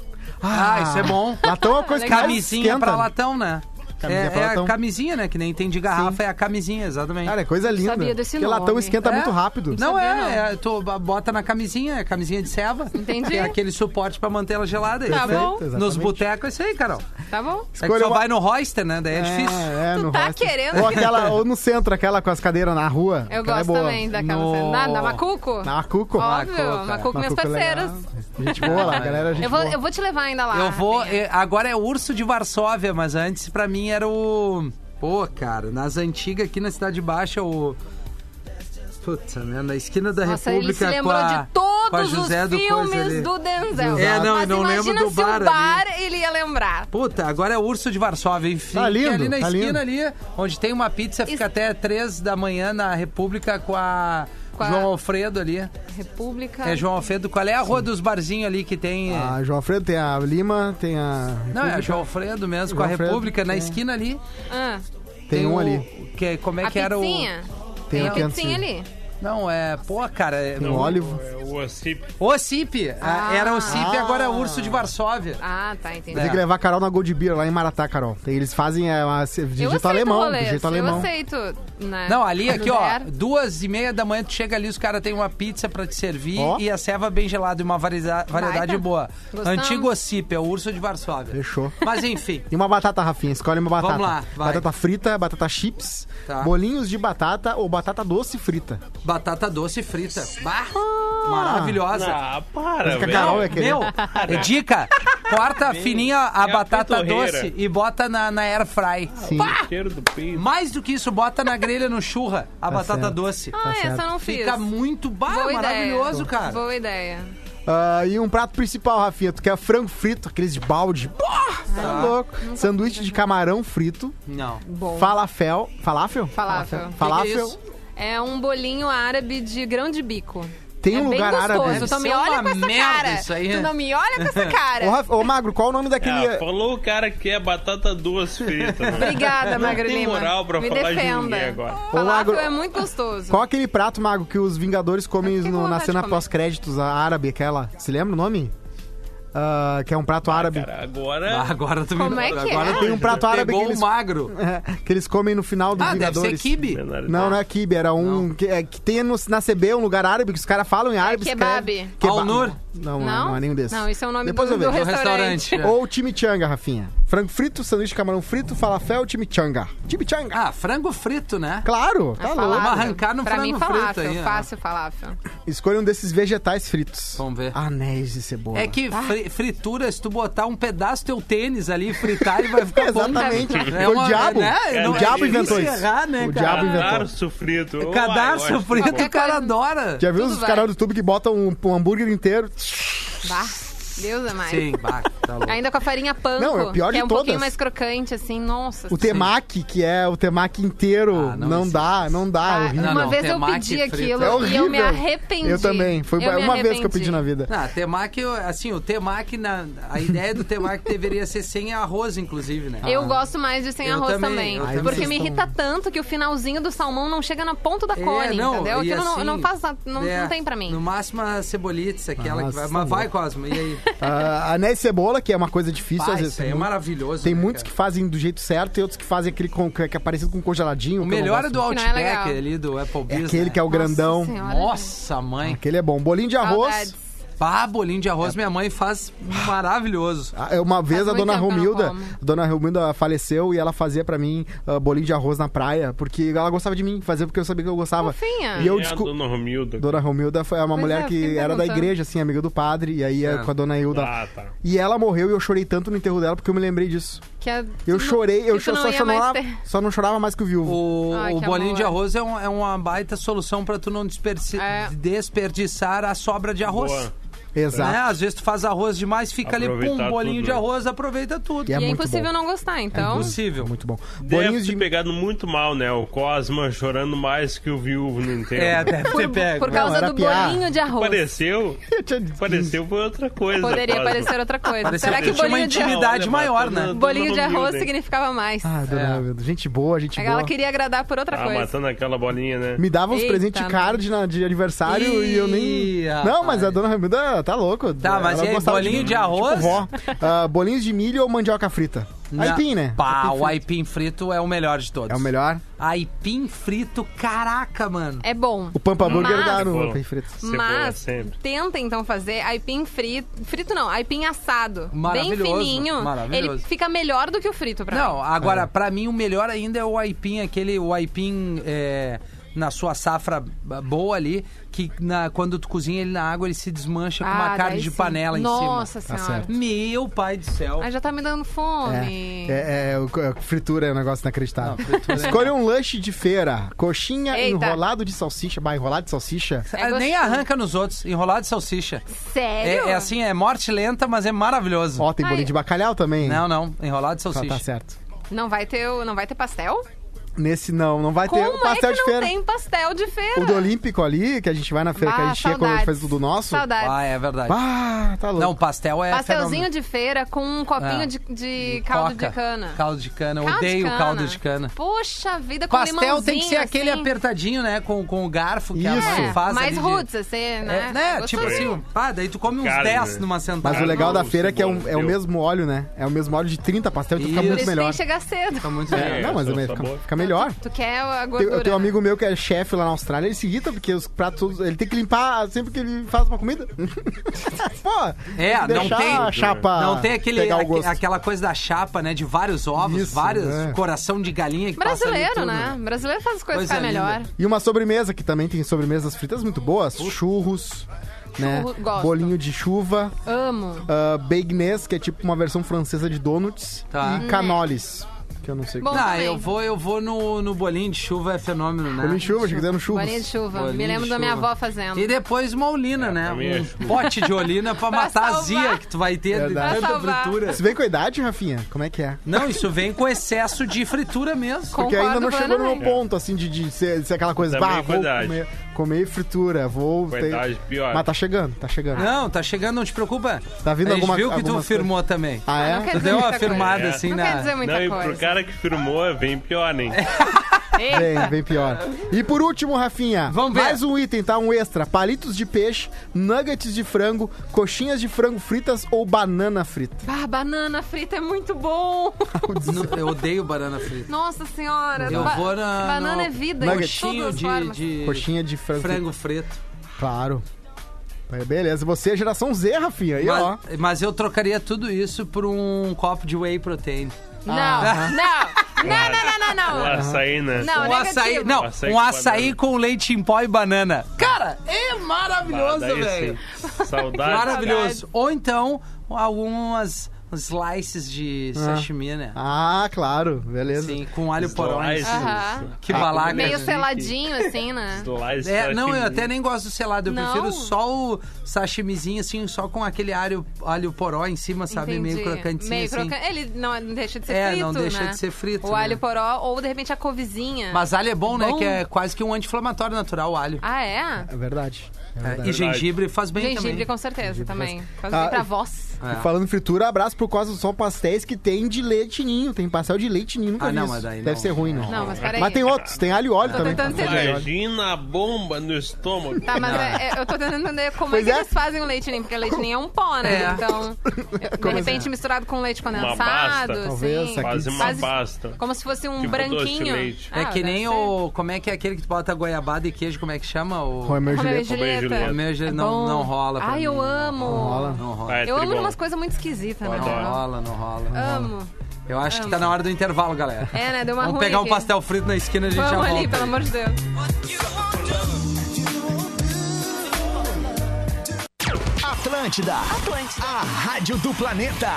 Speaker 2: Ah, isso é bom.
Speaker 3: Latão é uma coisa que mais
Speaker 2: Camisinha
Speaker 3: esquenta.
Speaker 2: pra latão, né?
Speaker 3: Camisinha
Speaker 2: é,
Speaker 3: pra
Speaker 2: é
Speaker 3: latão.
Speaker 2: a camisinha, né? Que nem tem de garrafa, é a camisinha, exatamente.
Speaker 3: Cara, é coisa linda.
Speaker 4: Sabia desse
Speaker 3: Porque
Speaker 4: nome.
Speaker 3: latão esquenta
Speaker 2: É?
Speaker 3: muito rápido.
Speaker 2: não
Speaker 4: sabia,
Speaker 2: é,
Speaker 4: não.
Speaker 2: é, tu bota na camisinha, é camisinha de ceva.
Speaker 4: Entendi.
Speaker 2: Que é aquele suporte pra manter ela gelada. é
Speaker 4: Tá
Speaker 2: isso aí.
Speaker 4: bom.
Speaker 2: Nos
Speaker 3: exatamente.
Speaker 2: botecos é isso aí, Carol.
Speaker 4: Tá bom?
Speaker 2: É que
Speaker 3: Escolha
Speaker 2: só
Speaker 3: uma-
Speaker 2: vai no roster, né? Daí é, difícil.
Speaker 3: É,
Speaker 4: Tu
Speaker 3: no
Speaker 4: tá
Speaker 3: roster.
Speaker 4: querendo.
Speaker 3: Ou, aquela, ou no centro, aquela com as cadeiras na rua.
Speaker 4: Eu
Speaker 3: aquela é
Speaker 4: gosto
Speaker 3: boa.
Speaker 4: também da
Speaker 2: No-
Speaker 4: calça. Na, na Macuco?
Speaker 3: Na Macuco.
Speaker 2: Ah,
Speaker 4: Óbvio, Macuco,
Speaker 3: Macuco
Speaker 4: meus
Speaker 3: é legal.
Speaker 4: parceiros.
Speaker 3: Gente boa
Speaker 2: É.
Speaker 3: lá, galera. Gente
Speaker 4: Eu vou,
Speaker 3: boa.
Speaker 4: eu vou te levar ainda lá.
Speaker 2: Eu vou.
Speaker 4: Rafinha.
Speaker 2: é, Agora é urso de Varsóvia, mas antes pra mim era o. Pô, cara, nas antigas aqui na Cidade Baixa, o. Puta, né? Na esquina da
Speaker 4: Nossa, ele se
Speaker 2: República com
Speaker 4: lembrou
Speaker 2: a,
Speaker 4: de
Speaker 2: com a
Speaker 4: todos os
Speaker 2: José do Coisa ali.
Speaker 4: filmes do Denzel.
Speaker 2: É, não,
Speaker 4: Mas
Speaker 2: e não lembro
Speaker 4: imagina
Speaker 2: do
Speaker 4: se
Speaker 2: bar
Speaker 4: o
Speaker 2: ali.
Speaker 4: bar ele ia lembrar.
Speaker 2: Puta, agora é o urso de Varsóvia, enfim.
Speaker 3: Tá lindo,
Speaker 2: que ali na
Speaker 3: tá
Speaker 2: esquina ali, onde tem uma pizza,
Speaker 4: Isso.
Speaker 2: fica até três da manhã na República com a.
Speaker 4: Com a-
Speaker 2: João Alfredo ali.
Speaker 4: República.
Speaker 2: É João Alfredo. Qual é a rua dos barzinhos ali que tem. é?
Speaker 3: A Ah, João Alfredo tem a Lima, tem a.
Speaker 2: Não, é
Speaker 3: República,
Speaker 2: João Alfredo mesmo, com
Speaker 3: João
Speaker 2: a
Speaker 3: Alfredo,
Speaker 2: República, na
Speaker 3: tem-
Speaker 2: esquina ali.
Speaker 4: Ah,
Speaker 3: Tem, um
Speaker 2: o-
Speaker 3: ali.
Speaker 2: Que, como é
Speaker 4: a
Speaker 2: que era
Speaker 4: pizzinha.
Speaker 3: Tem
Speaker 4: Tem
Speaker 3: o
Speaker 4: a
Speaker 3: Kent
Speaker 4: pizzinha
Speaker 3: City.
Speaker 4: ali.
Speaker 2: Não, é. Pô, cara. É...
Speaker 3: Tem um o Olivo.
Speaker 5: É o Ossip.
Speaker 2: O CIP. a- Era o CIP, agora é o Urso de Varsóvia.
Speaker 4: Ah, tá, entendi.
Speaker 2: É.
Speaker 3: Tem que levar a Carol na Gold Beer lá em Maratá, Carol. Eles fazem é, uma, de
Speaker 4: Eu
Speaker 3: jeito
Speaker 4: aceito
Speaker 3: alemão.
Speaker 4: rolês,
Speaker 3: De jeito
Speaker 4: eu
Speaker 3: alemão.
Speaker 4: aceito. né?
Speaker 2: Não, ali aqui, ó, Tá
Speaker 4: Lugar.
Speaker 2: duas e meia da manhã, tu chega ali, os caras têm uma pizza pra te servir
Speaker 3: Ó.
Speaker 2: e a ceva bem gelada e uma variza- variedade
Speaker 4: Baita.
Speaker 2: boa.
Speaker 4: Gostamos.
Speaker 2: Antigo CIP, é o urso de Varsóvia.
Speaker 3: Fechou.
Speaker 2: Mas enfim,
Speaker 3: E uma batata, Rafinha. Escolhe uma batata.
Speaker 2: Vamos lá, vai.
Speaker 3: Batata frita, batata chips,
Speaker 2: Tá.
Speaker 3: bolinhos de batata ou batata doce frita.
Speaker 2: batata doce frita. Bah, maravilhosa.
Speaker 5: Ah, para,
Speaker 3: Mas que a
Speaker 5: velho.
Speaker 3: Carol é que-
Speaker 2: Meu, dica, corta fininha a
Speaker 5: é a
Speaker 2: batata
Speaker 5: panturreira.
Speaker 2: doce e bota na, na air fry.
Speaker 3: Sim.
Speaker 5: O cheiro do peito.
Speaker 2: Mais do que isso, bota na grelha, no churra, a batata
Speaker 3: Tá certo.
Speaker 2: doce.
Speaker 4: Ah, essa
Speaker 3: certo.
Speaker 4: eu não fiz.
Speaker 2: Fica muito bah,
Speaker 4: Boa ideia.
Speaker 2: maravilhoso, cara.
Speaker 4: Boa ideia.
Speaker 3: Ah, e um prato principal, Rafinha. Tu quer frango frito, aqueles de balde. Porra, tá louco. Sanduíche de camarão frito.
Speaker 2: Não.
Speaker 4: Bom.
Speaker 3: Falafel. Falafel?
Speaker 4: Falafel.
Speaker 3: Falafel.
Speaker 4: Que que é isso? É um bolinho árabe de grão de bico.
Speaker 3: Tem
Speaker 4: é
Speaker 3: um lugar
Speaker 4: bem
Speaker 3: árabe.
Speaker 4: gostoso.
Speaker 2: Deve
Speaker 4: Tu não me
Speaker 2: ser
Speaker 4: olha
Speaker 2: uma
Speaker 4: com essa
Speaker 2: merda
Speaker 4: cara.
Speaker 2: isso aí.
Speaker 3: né?
Speaker 4: Tu não me olha com essa cara.
Speaker 3: Ô, Rafa- ô, Magro, qual o nome daquele.
Speaker 5: Ah, falou o cara que é batata doce frita. né?
Speaker 4: Obrigada,
Speaker 5: Não
Speaker 4: Magro
Speaker 5: tem
Speaker 4: Lima.
Speaker 5: moral pra
Speaker 4: me
Speaker 5: falar de
Speaker 4: defenda.
Speaker 5: ninguém agora.
Speaker 4: Falafel
Speaker 3: Magro-
Speaker 4: é muito gostoso.
Speaker 3: Qual aquele prato, Mago, que os Vingadores comem
Speaker 4: Eu É, fiquei
Speaker 3: no-
Speaker 4: com
Speaker 3: na
Speaker 4: vontade de
Speaker 3: cena
Speaker 4: comer.
Speaker 3: pós-créditos, a árabe, aquela? Se lembra o nome? Ah, que é um prato árabe.
Speaker 5: Cara, agora.
Speaker 2: Ah, agora tu
Speaker 4: Como
Speaker 2: me...
Speaker 4: é que
Speaker 2: agora
Speaker 4: é?
Speaker 3: Tem um prato árabe
Speaker 2: pegou
Speaker 3: que eles,
Speaker 2: o magro.
Speaker 3: que eles comem no final dos
Speaker 2: Ah, deve ser
Speaker 3: Vingadores.
Speaker 2: kibe.
Speaker 5: tá?
Speaker 3: Não, não é kibe, era um que, é, que tem no- na CB um lugar árabe que os caras falam em árabe.
Speaker 4: kebab.
Speaker 3: escreve- Keba-
Speaker 2: Al-Nur?
Speaker 3: Não, não,
Speaker 4: É Não?
Speaker 3: não é nenhum desses.
Speaker 4: Não, esse é o nome
Speaker 3: Depois
Speaker 4: do,
Speaker 3: eu vejo.
Speaker 4: do
Speaker 2: Do restaurante. né?
Speaker 4: restaurante.
Speaker 3: Ou chimichanga, Rafinha. Frango frito, sanduíche de camarão frito, falafel, chimichanga. Chimichanga.
Speaker 2: Ah, frango frito, né?
Speaker 3: Claro, tá
Speaker 4: Falafel.
Speaker 3: louco.
Speaker 2: Vamos arrancar no
Speaker 4: pra mim,
Speaker 2: frango frito
Speaker 4: falafel.
Speaker 2: aí, ó.
Speaker 4: Fácil falafel.
Speaker 3: Escolha um desses vegetais fritos.
Speaker 2: Vamos ver.
Speaker 3: Anéis de cebola.
Speaker 2: É
Speaker 4: Tá.
Speaker 2: que fri- fritura, se tu botar um pedaço do teu tênis ali e fritar, ele vai ficar bom.
Speaker 4: né?
Speaker 3: Exatamente.
Speaker 2: É
Speaker 3: Foi
Speaker 2: uma-
Speaker 3: o diabo.
Speaker 2: né?
Speaker 3: O
Speaker 5: Não é
Speaker 3: diabo
Speaker 5: difícil
Speaker 3: inventou isso.
Speaker 2: errar, né,
Speaker 3: o
Speaker 2: cara?
Speaker 3: diabo inventou.
Speaker 5: Cadarço frito. Oh, ai, eu
Speaker 2: Cadarço
Speaker 5: acho
Speaker 2: frito,
Speaker 5: bom.
Speaker 2: o cara
Speaker 4: Qualquer
Speaker 2: adora.
Speaker 3: Já viu
Speaker 4: Tudo
Speaker 3: os
Speaker 4: vai.
Speaker 3: canais do YouTube que é- botam um, um hambúrguer inteiro?
Speaker 4: Bah, Deus é mais.
Speaker 2: Sim, bah, tá louco.
Speaker 4: Ainda com a farinha panko,
Speaker 3: Não, é o pior
Speaker 4: que
Speaker 3: de
Speaker 4: é um
Speaker 3: todas.
Speaker 4: pouquinho mais crocante, assim, nossa.
Speaker 3: O temaki, que é o temaki inteiro.
Speaker 2: Ah, não
Speaker 3: não
Speaker 2: existe.
Speaker 3: dá, não dá. é
Speaker 4: Ah,
Speaker 3: horrível.
Speaker 2: Não,
Speaker 4: uma
Speaker 2: não,
Speaker 4: vez eu
Speaker 2: temaki
Speaker 4: pedi
Speaker 2: frito.
Speaker 4: aquilo
Speaker 3: É
Speaker 4: e eu me
Speaker 3: horrível.
Speaker 4: arrependi.
Speaker 3: Eu também. Foi
Speaker 4: Eu me
Speaker 3: uma vez que eu
Speaker 4: arrependi.
Speaker 3: pedi na vida.
Speaker 2: Ah, temaki, assim, o temaki, na, a ideia do temaki deveria ser sem arroz, inclusive, né?
Speaker 4: Eu gosto mais de sem
Speaker 2: Eu
Speaker 4: arroz
Speaker 2: também,
Speaker 4: também.
Speaker 2: eu também.
Speaker 4: porque
Speaker 3: Vocês
Speaker 4: me
Speaker 3: estão-
Speaker 4: irrita tanto que o finalzinho do salmão não chega na ponta da
Speaker 2: É,
Speaker 4: cone, entendeu?
Speaker 2: e
Speaker 4: Aquilo não,
Speaker 2: assim,
Speaker 4: não faz. Não,
Speaker 2: é,
Speaker 4: não tem pra mim.
Speaker 2: No máximo a cebolitza, aquela
Speaker 3: Ah,
Speaker 2: que vai.
Speaker 3: vocês
Speaker 2: Mas
Speaker 3: são
Speaker 2: vai, Cosmo, e aí?
Speaker 3: Ah, anéis de cebola, que é uma coisa difícil.
Speaker 2: Pá,
Speaker 3: às vezes.
Speaker 2: isso aí é
Speaker 3: Tem muito-
Speaker 2: maravilhoso.
Speaker 3: Tem
Speaker 2: né,
Speaker 3: muitos
Speaker 2: cara?
Speaker 3: que fazem do jeito certo e outros que fazem aquele com- que é parecido com congeladinho.
Speaker 2: O
Speaker 3: que eu não
Speaker 2: melhor é
Speaker 3: gosto.
Speaker 2: do
Speaker 4: não é
Speaker 2: Outback
Speaker 4: legal.
Speaker 2: ali, do Applebee's.
Speaker 3: É aquele
Speaker 2: né?
Speaker 3: que é o grandão.
Speaker 4: Nossa Senhora,
Speaker 2: Nossa, mãe.
Speaker 3: Aquele é bom. Bolinho de arroz.
Speaker 4: Saudades.
Speaker 2: Pá, bolinho de
Speaker 3: É.
Speaker 2: arroz, minha mãe faz maravilhoso.
Speaker 3: Ah, eu- Uma vez
Speaker 4: Faz
Speaker 3: a
Speaker 4: muito
Speaker 3: dona
Speaker 4: tempo que eu não
Speaker 3: Romilda,
Speaker 4: como.
Speaker 3: a dona Romilda faleceu e ela fazia pra mim ah, bolinho de arroz na praia, porque ela gostava de mim, fazia porque eu sabia que eu gostava.
Speaker 4: Fofinha.
Speaker 3: E eu
Speaker 5: É a
Speaker 3: descobri.
Speaker 5: Dona Romilda.
Speaker 3: Dona Romilda foi uma
Speaker 4: Pois é,
Speaker 3: mulher
Speaker 4: fiquei
Speaker 3: que era da
Speaker 4: perguntando.
Speaker 3: igreja, assim, amiga do padre, e aí é
Speaker 2: Certo.
Speaker 3: com a dona Hilda.
Speaker 5: Ah, tá.
Speaker 3: E ela morreu e eu chorei tanto no enterro dela porque eu me lembrei disso.
Speaker 4: Que é-
Speaker 3: Eu
Speaker 4: que
Speaker 3: chorei, É eu
Speaker 4: tu
Speaker 3: cho-
Speaker 4: não
Speaker 3: só,
Speaker 4: ia
Speaker 3: chorava,
Speaker 4: mais ter.
Speaker 3: só não chorava mais que o viúvo.
Speaker 2: O,
Speaker 4: Ai,
Speaker 2: o
Speaker 4: que
Speaker 2: bolinho
Speaker 4: amor.
Speaker 2: de arroz é, um- é uma baita solução pra tu não desperci-
Speaker 4: É.
Speaker 2: desperdiçar a sobra de arroz.
Speaker 5: Boa.
Speaker 2: Né?
Speaker 3: Exato.
Speaker 2: Às vezes tu faz arroz demais, fica ali, pum,
Speaker 5: Aproveitar
Speaker 2: bolinho
Speaker 5: tudo,
Speaker 2: de
Speaker 5: né?
Speaker 2: arroz, aproveita tudo.
Speaker 3: E
Speaker 4: e
Speaker 3: é
Speaker 4: é
Speaker 3: muito
Speaker 4: impossível
Speaker 3: bom.
Speaker 4: não gostar, então.
Speaker 2: Impossível.
Speaker 3: Muito bom.
Speaker 5: Deve
Speaker 3: Bolinhos
Speaker 5: ter
Speaker 3: de
Speaker 5: pegado muito mal, né? O Cosma chorando mais que o viúvo no Nintendo.
Speaker 2: É, deve ter
Speaker 4: Por,
Speaker 2: pego.
Speaker 4: por causa
Speaker 3: era
Speaker 4: do
Speaker 3: piada.
Speaker 4: bolinho de arroz.
Speaker 5: Pareceu, pareceu foi outra coisa.
Speaker 4: Poderia
Speaker 5: Cosma.
Speaker 4: parecer outra coisa.
Speaker 2: Pareceu
Speaker 4: Será
Speaker 2: que
Speaker 4: que o
Speaker 2: tinha uma
Speaker 4: bolinho de,
Speaker 2: intimidade. Habilidade
Speaker 5: Olha,
Speaker 2: maior,
Speaker 5: matando-
Speaker 2: né?
Speaker 4: bolinho de
Speaker 5: matando
Speaker 4: arroz
Speaker 5: humilde, hein?
Speaker 4: significava mais?
Speaker 3: Ah, dona
Speaker 2: É.
Speaker 3: Avelino, gente boa, gente
Speaker 4: Ela
Speaker 3: boa.
Speaker 4: queria agradar por outra
Speaker 5: Ah,
Speaker 4: coisa.
Speaker 5: matando aquela bolinha, né?
Speaker 3: Me dava uns
Speaker 4: Eita,
Speaker 3: presentes de card na- de aniversário
Speaker 2: Ih,
Speaker 3: e eu nem.
Speaker 2: rapaz.
Speaker 3: Não, mas a dona Ramilda tá louco.
Speaker 2: Tá, mas e aí,
Speaker 3: gostava
Speaker 2: bolinho de arroz?
Speaker 3: Tipo, vó. Ah, bolinhos de milho ou mandioca frita?
Speaker 2: Na-
Speaker 3: Aipim, né?
Speaker 2: Pá,
Speaker 3: Aipim
Speaker 2: o
Speaker 3: frito.
Speaker 2: aipim frito é o melhor de todos.
Speaker 3: É o melhor.
Speaker 2: Aipim frito, caraca, mano.
Speaker 4: É bom.
Speaker 3: O Pampa Burger
Speaker 4: Mas-
Speaker 3: dá no
Speaker 5: Bom.
Speaker 3: aipim frito.
Speaker 5: Cebola
Speaker 4: Mas
Speaker 5: sempre.
Speaker 4: tenta então fazer aipim frito. Frito não, aipim assado. Bem
Speaker 2: Maravilhoso,
Speaker 4: fininho.
Speaker 2: maravilhoso.
Speaker 4: Ele fica melhor do que o frito pra
Speaker 2: Não,
Speaker 4: mim.
Speaker 2: agora, pra mim, o melhor ainda é o aipim, aquele o aipim é, na sua safra b- boa ali, que na- quando tu cozinha ele na água, ele se desmancha com uma
Speaker 4: Ah,
Speaker 2: carne
Speaker 4: daí
Speaker 2: de
Speaker 4: sim.
Speaker 2: panela
Speaker 4: Nossa
Speaker 2: em cima.
Speaker 3: Tá
Speaker 4: senhora.
Speaker 3: certo.
Speaker 2: Meu pai do céu.
Speaker 4: Ai, já tá me dando fome.
Speaker 3: É, é, é, o- é, fritura é um negócio inacreditável.
Speaker 2: Não, fritura é-
Speaker 3: Escolha um lanche de feira. Coxinha
Speaker 4: Eita.
Speaker 3: enrolado de salsicha. Bah, enrolado de salsicha?
Speaker 2: Ah, Nem
Speaker 4: é gostoso.
Speaker 2: arranca nos outros, enrolado de salsicha. É,
Speaker 4: Sério?
Speaker 2: é assim, é morte lenta, mas é maravilhoso.
Speaker 3: Ó, tem
Speaker 4: Ai.
Speaker 3: bolinho de bacalhau também.
Speaker 2: Não, não, enrolado de
Speaker 3: Tá,
Speaker 2: salsicha.
Speaker 3: tá certo.
Speaker 4: Não vai ter, o- não vai ter pastel?
Speaker 3: Nesse não, não vai ter
Speaker 2: um
Speaker 4: Como
Speaker 3: o pastel
Speaker 4: é que
Speaker 3: de
Speaker 4: não
Speaker 3: feira.
Speaker 4: tem pastel de feira?
Speaker 3: O do Olímpico ali, que a gente vai na feira, que a
Speaker 4: Bah,
Speaker 3: gente ia quando a gente fez
Speaker 4: saudades.
Speaker 3: o do nosso.
Speaker 4: Saudades.
Speaker 2: Ah, é verdade.
Speaker 3: Ah, tá louco.
Speaker 2: Não, pastel é
Speaker 4: Pastelzinho
Speaker 2: fenômeno.
Speaker 4: de feira com um copinho
Speaker 2: É.
Speaker 4: de, de caldo
Speaker 2: Coca,
Speaker 4: de cana.
Speaker 2: Caldo de cana, eu
Speaker 4: Caldo de
Speaker 2: odeio
Speaker 4: cana.
Speaker 2: caldo de cana.
Speaker 4: Poxa vida, com
Speaker 2: Pastel tem que ser
Speaker 4: limãozinho,
Speaker 2: aquele
Speaker 4: assim.
Speaker 2: apertadinho, né? Com, com o garfo que ela
Speaker 3: Isso.
Speaker 4: É,
Speaker 2: faz
Speaker 4: mais
Speaker 2: ali de-
Speaker 4: roots, assim, né?
Speaker 2: É, né?
Speaker 4: Gostoso.
Speaker 2: Tipo assim, pá, daí tu come uns
Speaker 5: Carne,
Speaker 2: 10
Speaker 5: né?
Speaker 2: numa sentada.
Speaker 3: Mas o legal da
Speaker 5: não,
Speaker 3: feira é que é, um-
Speaker 5: cebola,
Speaker 3: é o
Speaker 5: meu.
Speaker 3: mesmo óleo, né? É o mesmo óleo de 30 pastel, então fica
Speaker 2: Isso.
Speaker 4: Por
Speaker 3: muito
Speaker 4: isso tem
Speaker 3: melhor.
Speaker 4: que chegar cedo.
Speaker 2: Tá muito
Speaker 3: É,
Speaker 2: bem.
Speaker 3: não, mas
Speaker 5: É,
Speaker 3: é meio-
Speaker 5: só o
Speaker 3: fica,
Speaker 5: sabor.
Speaker 3: fica melhor.
Speaker 4: Tu quer a
Speaker 3: Tem-
Speaker 4: gordura.
Speaker 3: Eu tenho um
Speaker 4: né?
Speaker 3: amigo meu que é chefe lá na Austrália, ele se irrita porque os pratos todos. Ele tem que limpar sempre que ele faz uma comida. Pô,
Speaker 2: É, não
Speaker 3: deixar
Speaker 2: tem-
Speaker 3: a chapa.
Speaker 2: Não tem aquele,
Speaker 3: Pegar o
Speaker 2: aque-
Speaker 3: gosto.
Speaker 2: aquela coisa da chapa, né? De vários ovos,
Speaker 3: Isso,
Speaker 2: vários
Speaker 3: é.
Speaker 2: coração de galinha que passa ali
Speaker 4: Brasileiro,
Speaker 2: tudo,
Speaker 4: né? Brasileiro faz as coisas
Speaker 2: Coisa
Speaker 4: ficar
Speaker 2: linda.
Speaker 4: melhor.
Speaker 3: E uma sobremesa, que também tem sobremesas fritas muito boas: churros, né?
Speaker 4: Churros, gosto.
Speaker 3: Bolinho de chuva,
Speaker 4: Amo.
Speaker 3: uh, beigness, que é tipo uma versão francesa de donuts,
Speaker 2: Tá.
Speaker 3: e canoles, que eu não sei
Speaker 4: Hum. Bom,
Speaker 3: como.
Speaker 2: Não,
Speaker 4: também.
Speaker 2: eu vou, eu vou no, no bolinho de chuva, é fenômeno, né?
Speaker 3: Bolinho de chuva, achei que dando churros.
Speaker 4: Bolinha de chuva.
Speaker 2: Bolinho
Speaker 4: Me lembro
Speaker 2: de
Speaker 4: da minha
Speaker 2: chuva.
Speaker 4: avó fazendo.
Speaker 2: E depois uma olina, né?
Speaker 5: também
Speaker 2: Um
Speaker 5: é chuva.
Speaker 2: pote de olina pra
Speaker 4: Pra
Speaker 2: matar a
Speaker 4: salvar.
Speaker 2: zia que tu vai ter de
Speaker 3: Verdade.
Speaker 2: tanta
Speaker 4: Pra salvar.
Speaker 2: fritura.
Speaker 3: Isso vem com a idade, Rafinha? Como é que é?
Speaker 2: Não, isso vem com excesso de fritura mesmo.
Speaker 4: Com-
Speaker 3: Porque ainda não
Speaker 4: Concordo
Speaker 3: chegou no meu
Speaker 4: plenamente.
Speaker 3: ponto, assim, de, de ser, de ser aquela coisa,
Speaker 5: Também
Speaker 3: bah,
Speaker 5: com
Speaker 3: vou
Speaker 5: idade.
Speaker 3: comer, comer fritura, vou ter...
Speaker 5: Coitado, pior.
Speaker 3: Mas tá chegando, tá chegando.
Speaker 2: Não, tá chegando, não te preocupa.
Speaker 3: Tá vindo
Speaker 2: a gente
Speaker 3: alguma-
Speaker 2: viu que tu
Speaker 3: algumas
Speaker 2: firmou também.
Speaker 3: Ah, é?
Speaker 4: Não quer
Speaker 2: Tu
Speaker 4: dizer
Speaker 2: deu uma
Speaker 4: muita
Speaker 2: firmada
Speaker 5: É.
Speaker 2: assim
Speaker 4: coisa. Não
Speaker 2: na.
Speaker 4: quer dizer muita
Speaker 5: Não, e pro
Speaker 4: coisa. É.
Speaker 5: cara que firmou, vem pior, hein?
Speaker 4: Ei,
Speaker 3: Vem, vem pior. E por último, Rafinha,
Speaker 2: Vamos ver.
Speaker 3: mais um item, tá? Um extra. Palitos de peixe, nuggets de frango, coxinhas de frango fritas ou banana frita.
Speaker 4: Ah, banana frita é muito bom.
Speaker 2: Não, eu odeio banana frita.
Speaker 4: Nossa senhora.
Speaker 2: Eu
Speaker 4: ba-
Speaker 2: vou na.
Speaker 4: Banana
Speaker 2: no
Speaker 4: é vida.
Speaker 3: Nugget.
Speaker 4: Em todas
Speaker 2: Coxinho
Speaker 4: as
Speaker 2: de,
Speaker 4: formas.
Speaker 2: de
Speaker 3: Coxinha de frango,
Speaker 2: frango frito.
Speaker 3: frita. Claro. Mas Beleza, você é geração Z, Rafinha. E ó,
Speaker 2: Mas, mas eu trocaria tudo isso por um copo de whey protein.
Speaker 4: Não,
Speaker 3: Ah.
Speaker 4: não, não, não, não,
Speaker 5: O
Speaker 4: não, não.
Speaker 5: açaí, né?
Speaker 4: Não,
Speaker 2: um
Speaker 4: negativo.
Speaker 2: açaí. Não,
Speaker 5: Açaí
Speaker 2: um
Speaker 5: com
Speaker 2: açaí
Speaker 5: banana.
Speaker 2: com leite em pó e banana. Cara, é
Speaker 5: Ah,
Speaker 2: maravilhoso,
Speaker 5: daí
Speaker 2: velho.
Speaker 5: sim. Saudade.
Speaker 2: Maravilhoso. Ou então, algumas slices de sashimi, né?
Speaker 3: Ah, claro. Beleza.
Speaker 2: Sim, com alho porões.
Speaker 5: Slices.
Speaker 4: Aham.
Speaker 2: Que
Speaker 3: Ah,
Speaker 2: balaca.
Speaker 4: Meio
Speaker 2: chique.
Speaker 4: seladinho assim, né?
Speaker 5: Slice
Speaker 2: É, não,
Speaker 5: sashimi.
Speaker 2: eu até nem gosto do selado. Eu
Speaker 4: Não?
Speaker 2: prefiro só o sashimizinho, assim, só com aquele alho, alho poró em cima, sabe? Meio
Speaker 4: Entendi.
Speaker 2: crocantinho,
Speaker 4: Meio
Speaker 2: assim.
Speaker 4: crocan- Ele não não deixa de ser
Speaker 2: É,
Speaker 4: frito,
Speaker 2: não deixa
Speaker 4: né?
Speaker 2: de ser frito,
Speaker 4: O
Speaker 2: né?
Speaker 4: alho poró ou, de repente, a couvezinha.
Speaker 2: Mas alho é bom, né?
Speaker 4: Bom.
Speaker 2: Que é quase que um anti-inflamatório natural, o alho.
Speaker 4: Ah, é?
Speaker 3: É verdade. É
Speaker 2: É,
Speaker 3: verdade.
Speaker 2: e gengibre faz bem
Speaker 4: Gengibre,
Speaker 2: também.
Speaker 4: com certeza, também. Faz
Speaker 3: Ah,
Speaker 4: bem pra
Speaker 3: e-
Speaker 4: voz.
Speaker 2: É.
Speaker 3: E falando em fritura, abraço pro Costa do Sol Pastéis que tem de leite ninho. Tem pastel de leite ninho, nunca
Speaker 2: Ah,
Speaker 3: vi
Speaker 2: não,
Speaker 3: isso.
Speaker 2: mas daí
Speaker 3: Deve
Speaker 2: não.
Speaker 3: ser ruim, não.
Speaker 4: Não, mas peraí.
Speaker 3: Mas tem outros, tem alho e óleo
Speaker 4: Tô
Speaker 3: também.
Speaker 4: tentando
Speaker 3: pastel de
Speaker 4: entender.
Speaker 3: óleo.
Speaker 5: Imagina a bomba no estômago.
Speaker 4: Tá, mas
Speaker 2: Ah.
Speaker 4: é- é- eu tô tentando entender como
Speaker 3: Pois
Speaker 4: é que
Speaker 3: é.
Speaker 4: eles fazem o leite ninho, porque o leite ninho é um pó, né?
Speaker 2: É.
Speaker 4: Então, de
Speaker 3: Como
Speaker 4: repente,
Speaker 3: assim?
Speaker 4: misturado com leite
Speaker 5: pasta,
Speaker 4: condensado, assim.
Speaker 3: talvez, saquinho.
Speaker 5: Faz uma
Speaker 4: Faz-
Speaker 5: pasta.
Speaker 4: Como se fosse um
Speaker 5: Tipo doce de
Speaker 4: branquinho.
Speaker 5: leite.
Speaker 2: É
Speaker 4: Ah,
Speaker 2: que
Speaker 4: deve
Speaker 2: nem
Speaker 4: ser.
Speaker 2: o. Como é que é aquele que tu bota goiabada e queijo? Como é que chama? O.
Speaker 3: Romeu
Speaker 4: Romeu e
Speaker 3: e Julieta.
Speaker 5: Julieta.
Speaker 4: Julieta.
Speaker 2: Romeu e Julieta.
Speaker 4: É
Speaker 2: Não-
Speaker 4: bom.
Speaker 2: não rola pra
Speaker 4: Ai, eu
Speaker 2: mim, não
Speaker 4: amo.
Speaker 3: rola.
Speaker 2: Não rola.
Speaker 5: Ah, é
Speaker 4: Eu amo
Speaker 5: tribom.
Speaker 4: umas coisas muito esquisitas, né?
Speaker 5: Eu
Speaker 2: Não
Speaker 5: adoro.
Speaker 2: rola, não rola.
Speaker 4: Amo.
Speaker 2: Eu acho que tá na hora do intervalo, galera.
Speaker 4: É, né? Deu uma
Speaker 2: Vamos
Speaker 4: ruim
Speaker 2: pegar um
Speaker 4: aqui.
Speaker 2: pastel frito na esquina e a gente já
Speaker 4: Vamos ali,
Speaker 2: volta.
Speaker 4: pelo amor de Deus.
Speaker 6: Atlântida, a rádio do planeta.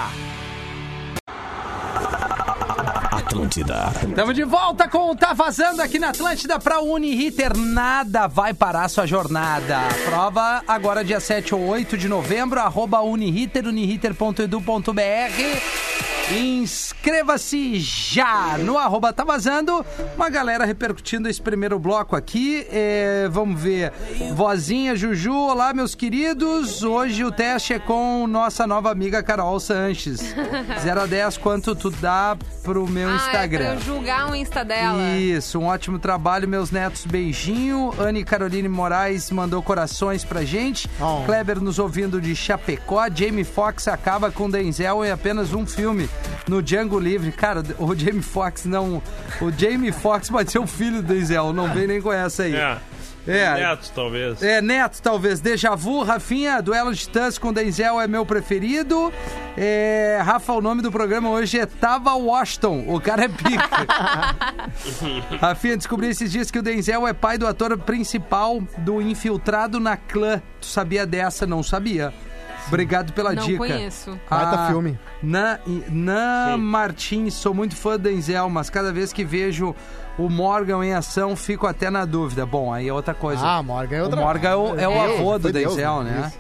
Speaker 6: Atlântida.
Speaker 2: Estamos de volta com o Tá Vazando aqui na Atlântida para Uniriter. Nada vai parar sua jornada. Prova agora dia 7 ou 8 de novembro, arroba Uniriter, uniriter.edu.br. Inscreva-se já no arroba Tá Vazando. Uma galera repercutindo esse primeiro bloco aqui. É, vamos ver. Vozinha, Juju, olá meus queridos. Hoje o teste é com nossa nova amiga Carol Sanches. 0 a 10, quanto tu dá pro meu
Speaker 4: Ah, É
Speaker 2: Instagram.
Speaker 4: pra eu julgar o Insta dela.
Speaker 2: Isso, um ótimo trabalho, meus netos. Beijinho. Anne Caroline Moraes mandou corações pra gente.
Speaker 3: Oh.
Speaker 2: Kleber nos ouvindo de Chapecó. Jamie Foxx acaba com Denzel em apenas um filme no Django Livre. Cara, o Jamie Foxx não. O Jamie Foxx pode ser o filho do Denzel, não vem nem com essa aí.
Speaker 5: É.
Speaker 2: É.
Speaker 5: Neto, talvez.
Speaker 2: É, Neto, talvez. Deja vu, Rafinha, duelo de titãs com Denzel é meu preferido. É, Rafa, o nome do programa hoje é Tava Washington. O cara é pica. Rafinha, descobri esses dias que o Denzel é pai do ator principal do Infiltrado na Clã. Tu sabia dessa? Não sabia. Obrigado pela
Speaker 4: Não
Speaker 2: dica. Ah,
Speaker 4: conheço.
Speaker 3: Baita filme.
Speaker 2: Nan, Nan Martins, sou muito fã do Denzel, mas cada vez que vejo o Morgan em ação, fico até na dúvida. Bom, aí é outra coisa.
Speaker 3: Ah, Morgan é outra
Speaker 2: O Morgan é o, é o
Speaker 3: Deus,
Speaker 2: avô do
Speaker 3: foi Deus,
Speaker 2: Denzel, né?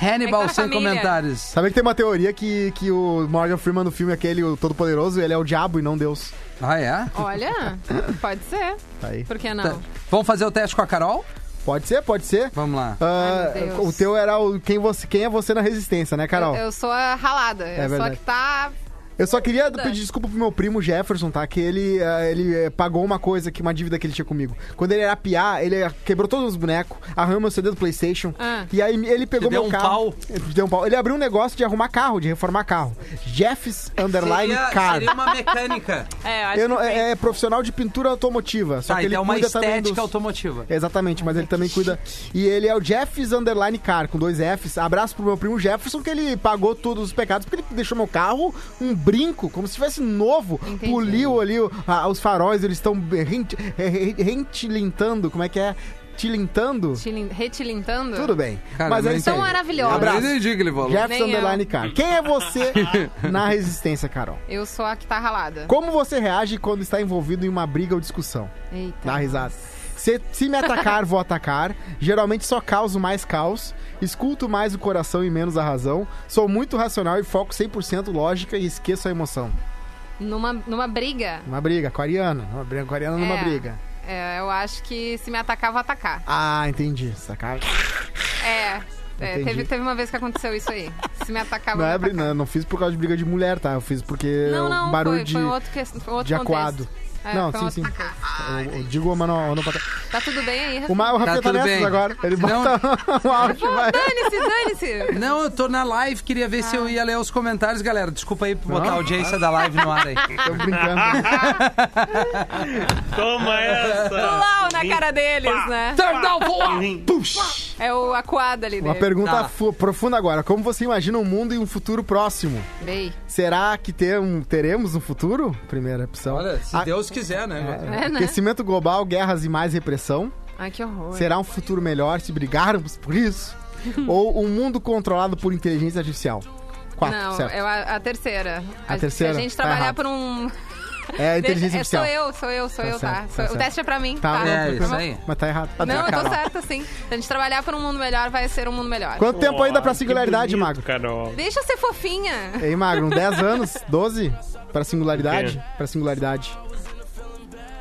Speaker 4: É
Speaker 2: Hannibal,
Speaker 4: que tá
Speaker 2: sem
Speaker 4: na família.
Speaker 2: comentários.
Speaker 3: Sabe que tem uma teoria que, que o Morgan Freeman no filme aquele, o Todo-Poderoso, ele é o diabo e não Deus.
Speaker 2: Ah, é?
Speaker 4: Olha, pode ser.
Speaker 3: Tá aí.
Speaker 4: Por que não?
Speaker 2: Tá. Vamos fazer o teste com a Carol?
Speaker 3: Pode ser, pode ser.
Speaker 2: Vamos lá.
Speaker 3: Ah,
Speaker 4: Ai, meu Deus.
Speaker 3: o teu era o quem, você, quem é você na resistência, né, Carol?
Speaker 4: Eu, eu sou a ralada. eu sou a
Speaker 3: É verdade.
Speaker 4: que tá.
Speaker 3: Eu só queria pedir desculpa pro meu primo Jefferson, tá? Que ele, ah, ele eh, pagou uma coisa, que uma dívida que ele tinha comigo. Quando ele era piá, ele eh, quebrou todos os bonecos, arranhou meu CD do Playstation.
Speaker 4: Ah.
Speaker 3: E aí ele pegou
Speaker 2: Te deu
Speaker 3: meu
Speaker 2: um
Speaker 3: carro.
Speaker 2: pau.
Speaker 3: Ele Deu um pau. Ele abriu um negócio de arrumar carro, de reformar carro. Jeffs Underline Car.
Speaker 2: uma mecânica.
Speaker 4: É, acho
Speaker 3: Eu não-
Speaker 4: que tem.
Speaker 3: é, é profissional de pintura automotiva. Só
Speaker 2: tá,
Speaker 3: que ele
Speaker 2: então é uma
Speaker 3: cuida também
Speaker 2: estética
Speaker 3: dos-
Speaker 2: automotiva.
Speaker 3: Exatamente, mas ele também cuida. E ele é o Jeffs Underline Car, com dois Fs. Abraço pro meu primo Jefferson, que ele pagou todos os pecados, porque ele deixou meu carro um brinco, como se tivesse novo.
Speaker 4: Entendi.
Speaker 3: Puliu ali o- a- os faróis, eles estão rent- re- re- rentilintando, como é que é? Tilintando?
Speaker 4: Tilin- Retilintando?
Speaker 3: Tudo bem.
Speaker 2: Cara,
Speaker 3: mas
Speaker 2: não
Speaker 3: é isso aí.
Speaker 4: São maravilhosos.
Speaker 3: Abraço.
Speaker 2: Eu não entendi que ele falou.
Speaker 3: Jeffs
Speaker 4: Nem eu.
Speaker 3: Underline Car. Quem é você na resistência, Carol?
Speaker 4: Eu sou a que tá ralada.
Speaker 3: Como você reage quando está envolvido em uma briga ou discussão?
Speaker 4: Eita.
Speaker 3: Dá risada. Se, se me atacar, vou atacar. Geralmente só causo mais caos. Escuto mais o coração e menos a razão. Sou muito racional e foco 100% lógica e esqueço a emoção.
Speaker 4: Numa, numa briga,
Speaker 3: Uma briga com a Ariana. Uma briga com a Ariana numa
Speaker 4: É.
Speaker 3: briga.
Speaker 4: é, eu acho que se me atacar, vou atacar.
Speaker 3: Ah, entendi. Sacar?
Speaker 4: É. é,
Speaker 3: Entendi.
Speaker 4: teve, teve uma vez que aconteceu isso aí. Se me atacar, vou
Speaker 3: Não, é,
Speaker 4: atacar.
Speaker 3: bri- não, não fiz por causa de briga de mulher, tá? Eu fiz porque
Speaker 4: Não,
Speaker 3: o
Speaker 4: não,
Speaker 3: barulho
Speaker 4: foi,
Speaker 3: de,
Speaker 4: foi outro, que, foi outro
Speaker 3: de aquado.
Speaker 4: contexto. É,
Speaker 3: não,
Speaker 4: foi
Speaker 3: sim,
Speaker 4: outro
Speaker 3: sim.
Speaker 4: atacar.
Speaker 3: Eu, eu digo, mano, eu não pata-
Speaker 4: Tá tudo bem aí,
Speaker 3: O, Ma- o Rafinha tá,
Speaker 2: tudo
Speaker 3: nessas
Speaker 2: bem.
Speaker 3: agora. Ele
Speaker 2: Não.
Speaker 3: bota um áudio,
Speaker 4: Pô,
Speaker 3: vai.
Speaker 4: dane-se, dane-se.
Speaker 2: Não, eu tô na live, queria ver se
Speaker 4: Ah.
Speaker 2: eu ia ler os comentários, galera. Desculpa aí por botar a
Speaker 3: Não.
Speaker 2: audiência da live no ar aí.
Speaker 3: Tô brincando. É.
Speaker 5: Toma essa!
Speaker 4: Plau na cara deles, né?
Speaker 2: Turn down for-
Speaker 4: É o aquado ali
Speaker 3: Uma
Speaker 4: deles.
Speaker 3: pergunta
Speaker 2: Tá.
Speaker 3: fu- profunda agora. Como você imagina um mundo em um futuro próximo?
Speaker 4: Bem,
Speaker 3: Será que tem- teremos um futuro? Primeira opção.
Speaker 2: Olha, se
Speaker 3: A-
Speaker 2: Deus quiser, né?
Speaker 4: é, né?
Speaker 3: Aquecimento global, guerras e mais repressão.
Speaker 4: Ai, que horror.
Speaker 3: Será um futuro melhor se brigarmos por isso? Ou um mundo controlado por inteligência artificial? Quatro,
Speaker 4: Não,
Speaker 3: certo.
Speaker 4: é a, a terceira.
Speaker 3: A
Speaker 4: se
Speaker 3: terceira?
Speaker 4: a gente
Speaker 3: Tá
Speaker 4: trabalhar
Speaker 3: errado.
Speaker 4: por um...
Speaker 3: É a
Speaker 4: Deixa-
Speaker 3: inteligência
Speaker 4: é, sou
Speaker 3: artificial.
Speaker 4: eu, sou eu, sou
Speaker 3: Tá
Speaker 4: eu, tá?
Speaker 3: certo,
Speaker 4: Sou-
Speaker 3: tá
Speaker 4: o
Speaker 3: certo.
Speaker 4: teste é pra mim,
Speaker 3: Tá,
Speaker 4: tá?
Speaker 3: não,
Speaker 2: É,
Speaker 3: tranquilo.
Speaker 2: isso aí.
Speaker 3: Mas tá errado. Tá
Speaker 4: Não, eu tô
Speaker 3: errado.
Speaker 4: certa, sim. Se a gente trabalhar por um mundo melhor, vai ser um mundo melhor.
Speaker 3: Quanto tempo ainda pra
Speaker 5: Ó, que
Speaker 3: singularidade,
Speaker 5: bonito,
Speaker 3: Magro?
Speaker 5: Carol.
Speaker 4: Deixa eu ser fofinha.
Speaker 3: Ei, Magro, um 10 anos? 12? Pra singularidade?
Speaker 5: O quê?
Speaker 3: Pra singularidade.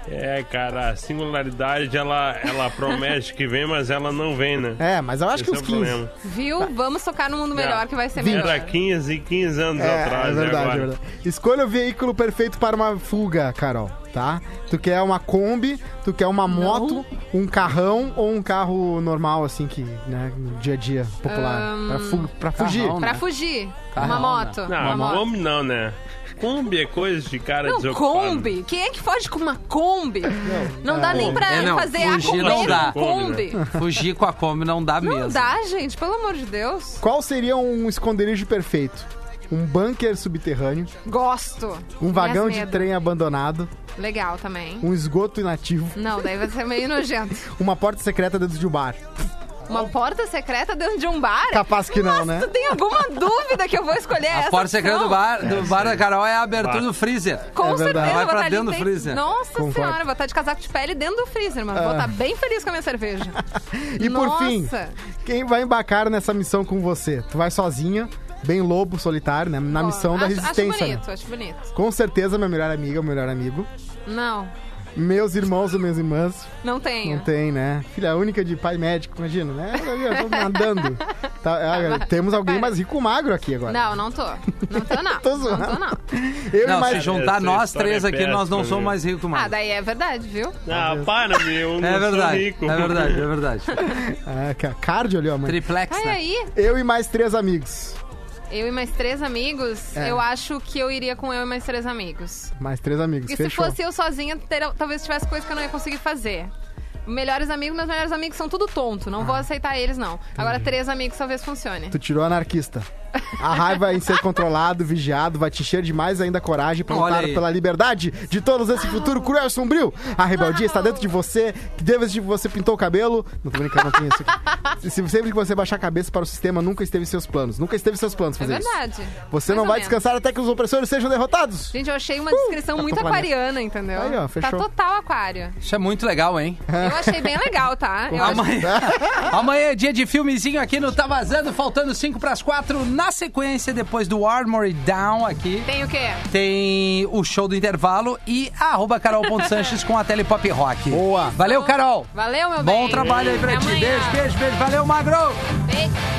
Speaker 5: É, cara, a singularidade ela, ela promete que vem, mas ela não vem, né?
Speaker 3: É, mas eu acho que
Speaker 5: Esse é
Speaker 3: uns
Speaker 5: o
Speaker 3: 15.
Speaker 5: problema.
Speaker 4: Viu? Vamos tocar no mundo melhor, que vai ser
Speaker 5: Era
Speaker 4: melhor.
Speaker 5: 15, 15 anos
Speaker 3: É,
Speaker 5: atrás,
Speaker 3: é
Speaker 5: e
Speaker 3: verdade,
Speaker 5: agora?
Speaker 3: é verdade. Escolha o veículo perfeito para uma fuga, Carol, tá? Tu quer uma Kombi, tu quer uma moto, um carrão ou um carro normal, assim, que, né, no dia a dia, popular. Pra, fu- pra fugir.
Speaker 2: Carrão, né?
Speaker 4: Pra fugir.
Speaker 2: Carrão,
Speaker 4: uma moto.
Speaker 5: Não,
Speaker 4: uma moto.
Speaker 5: Kombi não, né? Kombi é coisa de
Speaker 2: Tá
Speaker 5: cara
Speaker 4: Não,
Speaker 5: desocupado.
Speaker 4: Kombi. Quem é que foge com uma Kombi? Não, dá nem pra
Speaker 2: É, não,
Speaker 4: fazer a
Speaker 2: fugir
Speaker 4: Kombi
Speaker 2: não dá.
Speaker 4: com Kombi.
Speaker 2: É. Fugir com a Kombi não dá
Speaker 4: Não
Speaker 2: mesmo.
Speaker 4: dá, gente. Pelo amor de Deus.
Speaker 3: Qual seria um esconderijo perfeito? Um bunker subterrâneo,
Speaker 4: Gosto.
Speaker 3: um
Speaker 4: Minhas
Speaker 3: vagão de
Speaker 4: medo.
Speaker 3: trem abandonado,
Speaker 4: Legal também.
Speaker 3: um esgoto inativo,
Speaker 4: Não, daí vai ser meio nojento.
Speaker 3: uma porta secreta dentro de um bar.
Speaker 4: Uma porta secreta dentro de um bar?
Speaker 3: Capaz que não,
Speaker 4: Nossa,
Speaker 3: né?
Speaker 4: Tu tem alguma dúvida que eu vou escolher essa?
Speaker 2: A porta secreta do
Speaker 4: opção?
Speaker 2: bar, do bar da Carol é a abertura do freezer.
Speaker 4: Com
Speaker 3: É verdade.
Speaker 4: certeza,
Speaker 2: Vai
Speaker 4: vou
Speaker 2: pra
Speaker 4: estar
Speaker 2: dentro do
Speaker 4: ali.
Speaker 2: freezer.
Speaker 4: Nossa
Speaker 3: Concordo. É.
Speaker 4: senhora, vou estar de casaco de pele dentro do freezer, mano. Vou estar bem feliz com a minha cerveja.
Speaker 3: E por
Speaker 4: Nossa.
Speaker 3: fim, quem vai embarcar nessa missão com você? Tu vai sozinha, bem lobo, solitário, né? Na
Speaker 4: Ó,
Speaker 3: missão da
Speaker 4: acho-
Speaker 3: resistência.
Speaker 4: Acho
Speaker 3: né?
Speaker 4: bonito, acho bonito.
Speaker 3: Com certeza, minha melhor amiga, meu melhor amigo.
Speaker 4: Não,
Speaker 3: Meus irmãos e minhas irmãs.
Speaker 4: não tenho.
Speaker 3: Não tem, né? Filha única de pai médico, imagina, né? Eu tô nadando. Tá, ah, temos alguém mais rico magro aqui agora.
Speaker 4: Não, não tô. Não tô, não.
Speaker 3: Tô
Speaker 4: não tô,
Speaker 3: zoando. Tá.
Speaker 4: não.
Speaker 3: Eu
Speaker 2: Não, se
Speaker 3: imagino.
Speaker 2: juntar
Speaker 5: Essa
Speaker 2: nós
Speaker 5: história
Speaker 2: três
Speaker 5: é
Speaker 2: aqui, nós
Speaker 5: péssima,
Speaker 2: não somos
Speaker 5: viu?
Speaker 2: mais ricos
Speaker 4: Ah,
Speaker 2: mais.
Speaker 4: daí é verdade, viu?
Speaker 5: Ah, para, meu. Eu não
Speaker 2: É
Speaker 5: sou
Speaker 2: verdade,
Speaker 5: rico.
Speaker 2: é verdade, é verdade.
Speaker 3: Ah, ca- cardio ali, ó, mãe.
Speaker 2: Triplex,
Speaker 4: Ai,
Speaker 2: né?
Speaker 4: aí,
Speaker 3: Eu e mais três amigos.
Speaker 4: eu e mais três amigos,
Speaker 3: É.
Speaker 4: eu acho que eu iria com eu e mais três amigos.
Speaker 3: Mais três amigos,
Speaker 4: Porque se
Speaker 3: fechou.
Speaker 4: fosse eu sozinha, ter- talvez tivesse coisa que eu não ia conseguir fazer. Melhores amigos, meus melhores amigos são tudo tonto. Não vou
Speaker 3: Ah.
Speaker 4: aceitar eles, não. Agora, três amigos talvez funcione.
Speaker 3: Tu tirou anarquista. A raiva em ser controlado, vigiado, vai te encher de mais ainda coragem para
Speaker 2: Olha
Speaker 3: lutar
Speaker 2: aí.
Speaker 3: pela liberdade de todos esse futuro cruel e sombrio. A rebeldia está dentro de você, que desde que você pintou o cabelo. Não tô brincando, não tem isso aqui. Se- Sempre que você baixar a cabeça para o sistema, nunca esteve em seus planos. Nunca esteve em seus planos
Speaker 4: É
Speaker 3: fazer isso.
Speaker 4: verdade.
Speaker 3: Você
Speaker 4: Mais
Speaker 3: não
Speaker 4: ou
Speaker 3: vai
Speaker 4: menos.
Speaker 3: descansar até que os opressores sejam derrotados.
Speaker 4: Gente, eu achei uma descrição
Speaker 3: tá
Speaker 4: muito
Speaker 3: topando.
Speaker 4: aquariana, entendeu?
Speaker 3: Aí, ó,
Speaker 4: tá
Speaker 3: fechou.
Speaker 4: total aquário.
Speaker 2: Isso é muito legal, hein?
Speaker 4: Eu achei bem legal, tá? Eu achei...
Speaker 2: Amanhã, amanhã é dia de filmezinho aqui no Tá Vazando, faltando 5 pras 4. Na sequência, depois do Armory Down aqui,
Speaker 4: Tem o quê?
Speaker 2: tem o show do intervalo e arroba carol.sanches com a Telepop Rock.
Speaker 3: Boa.
Speaker 2: Valeu, Carol!
Speaker 4: Valeu, meu bem.
Speaker 2: Bom trabalho aí pra
Speaker 4: Até
Speaker 2: ti.
Speaker 4: amanhã.
Speaker 2: Beijo, beijo, beijo. Valeu, Magro!
Speaker 4: Beijo.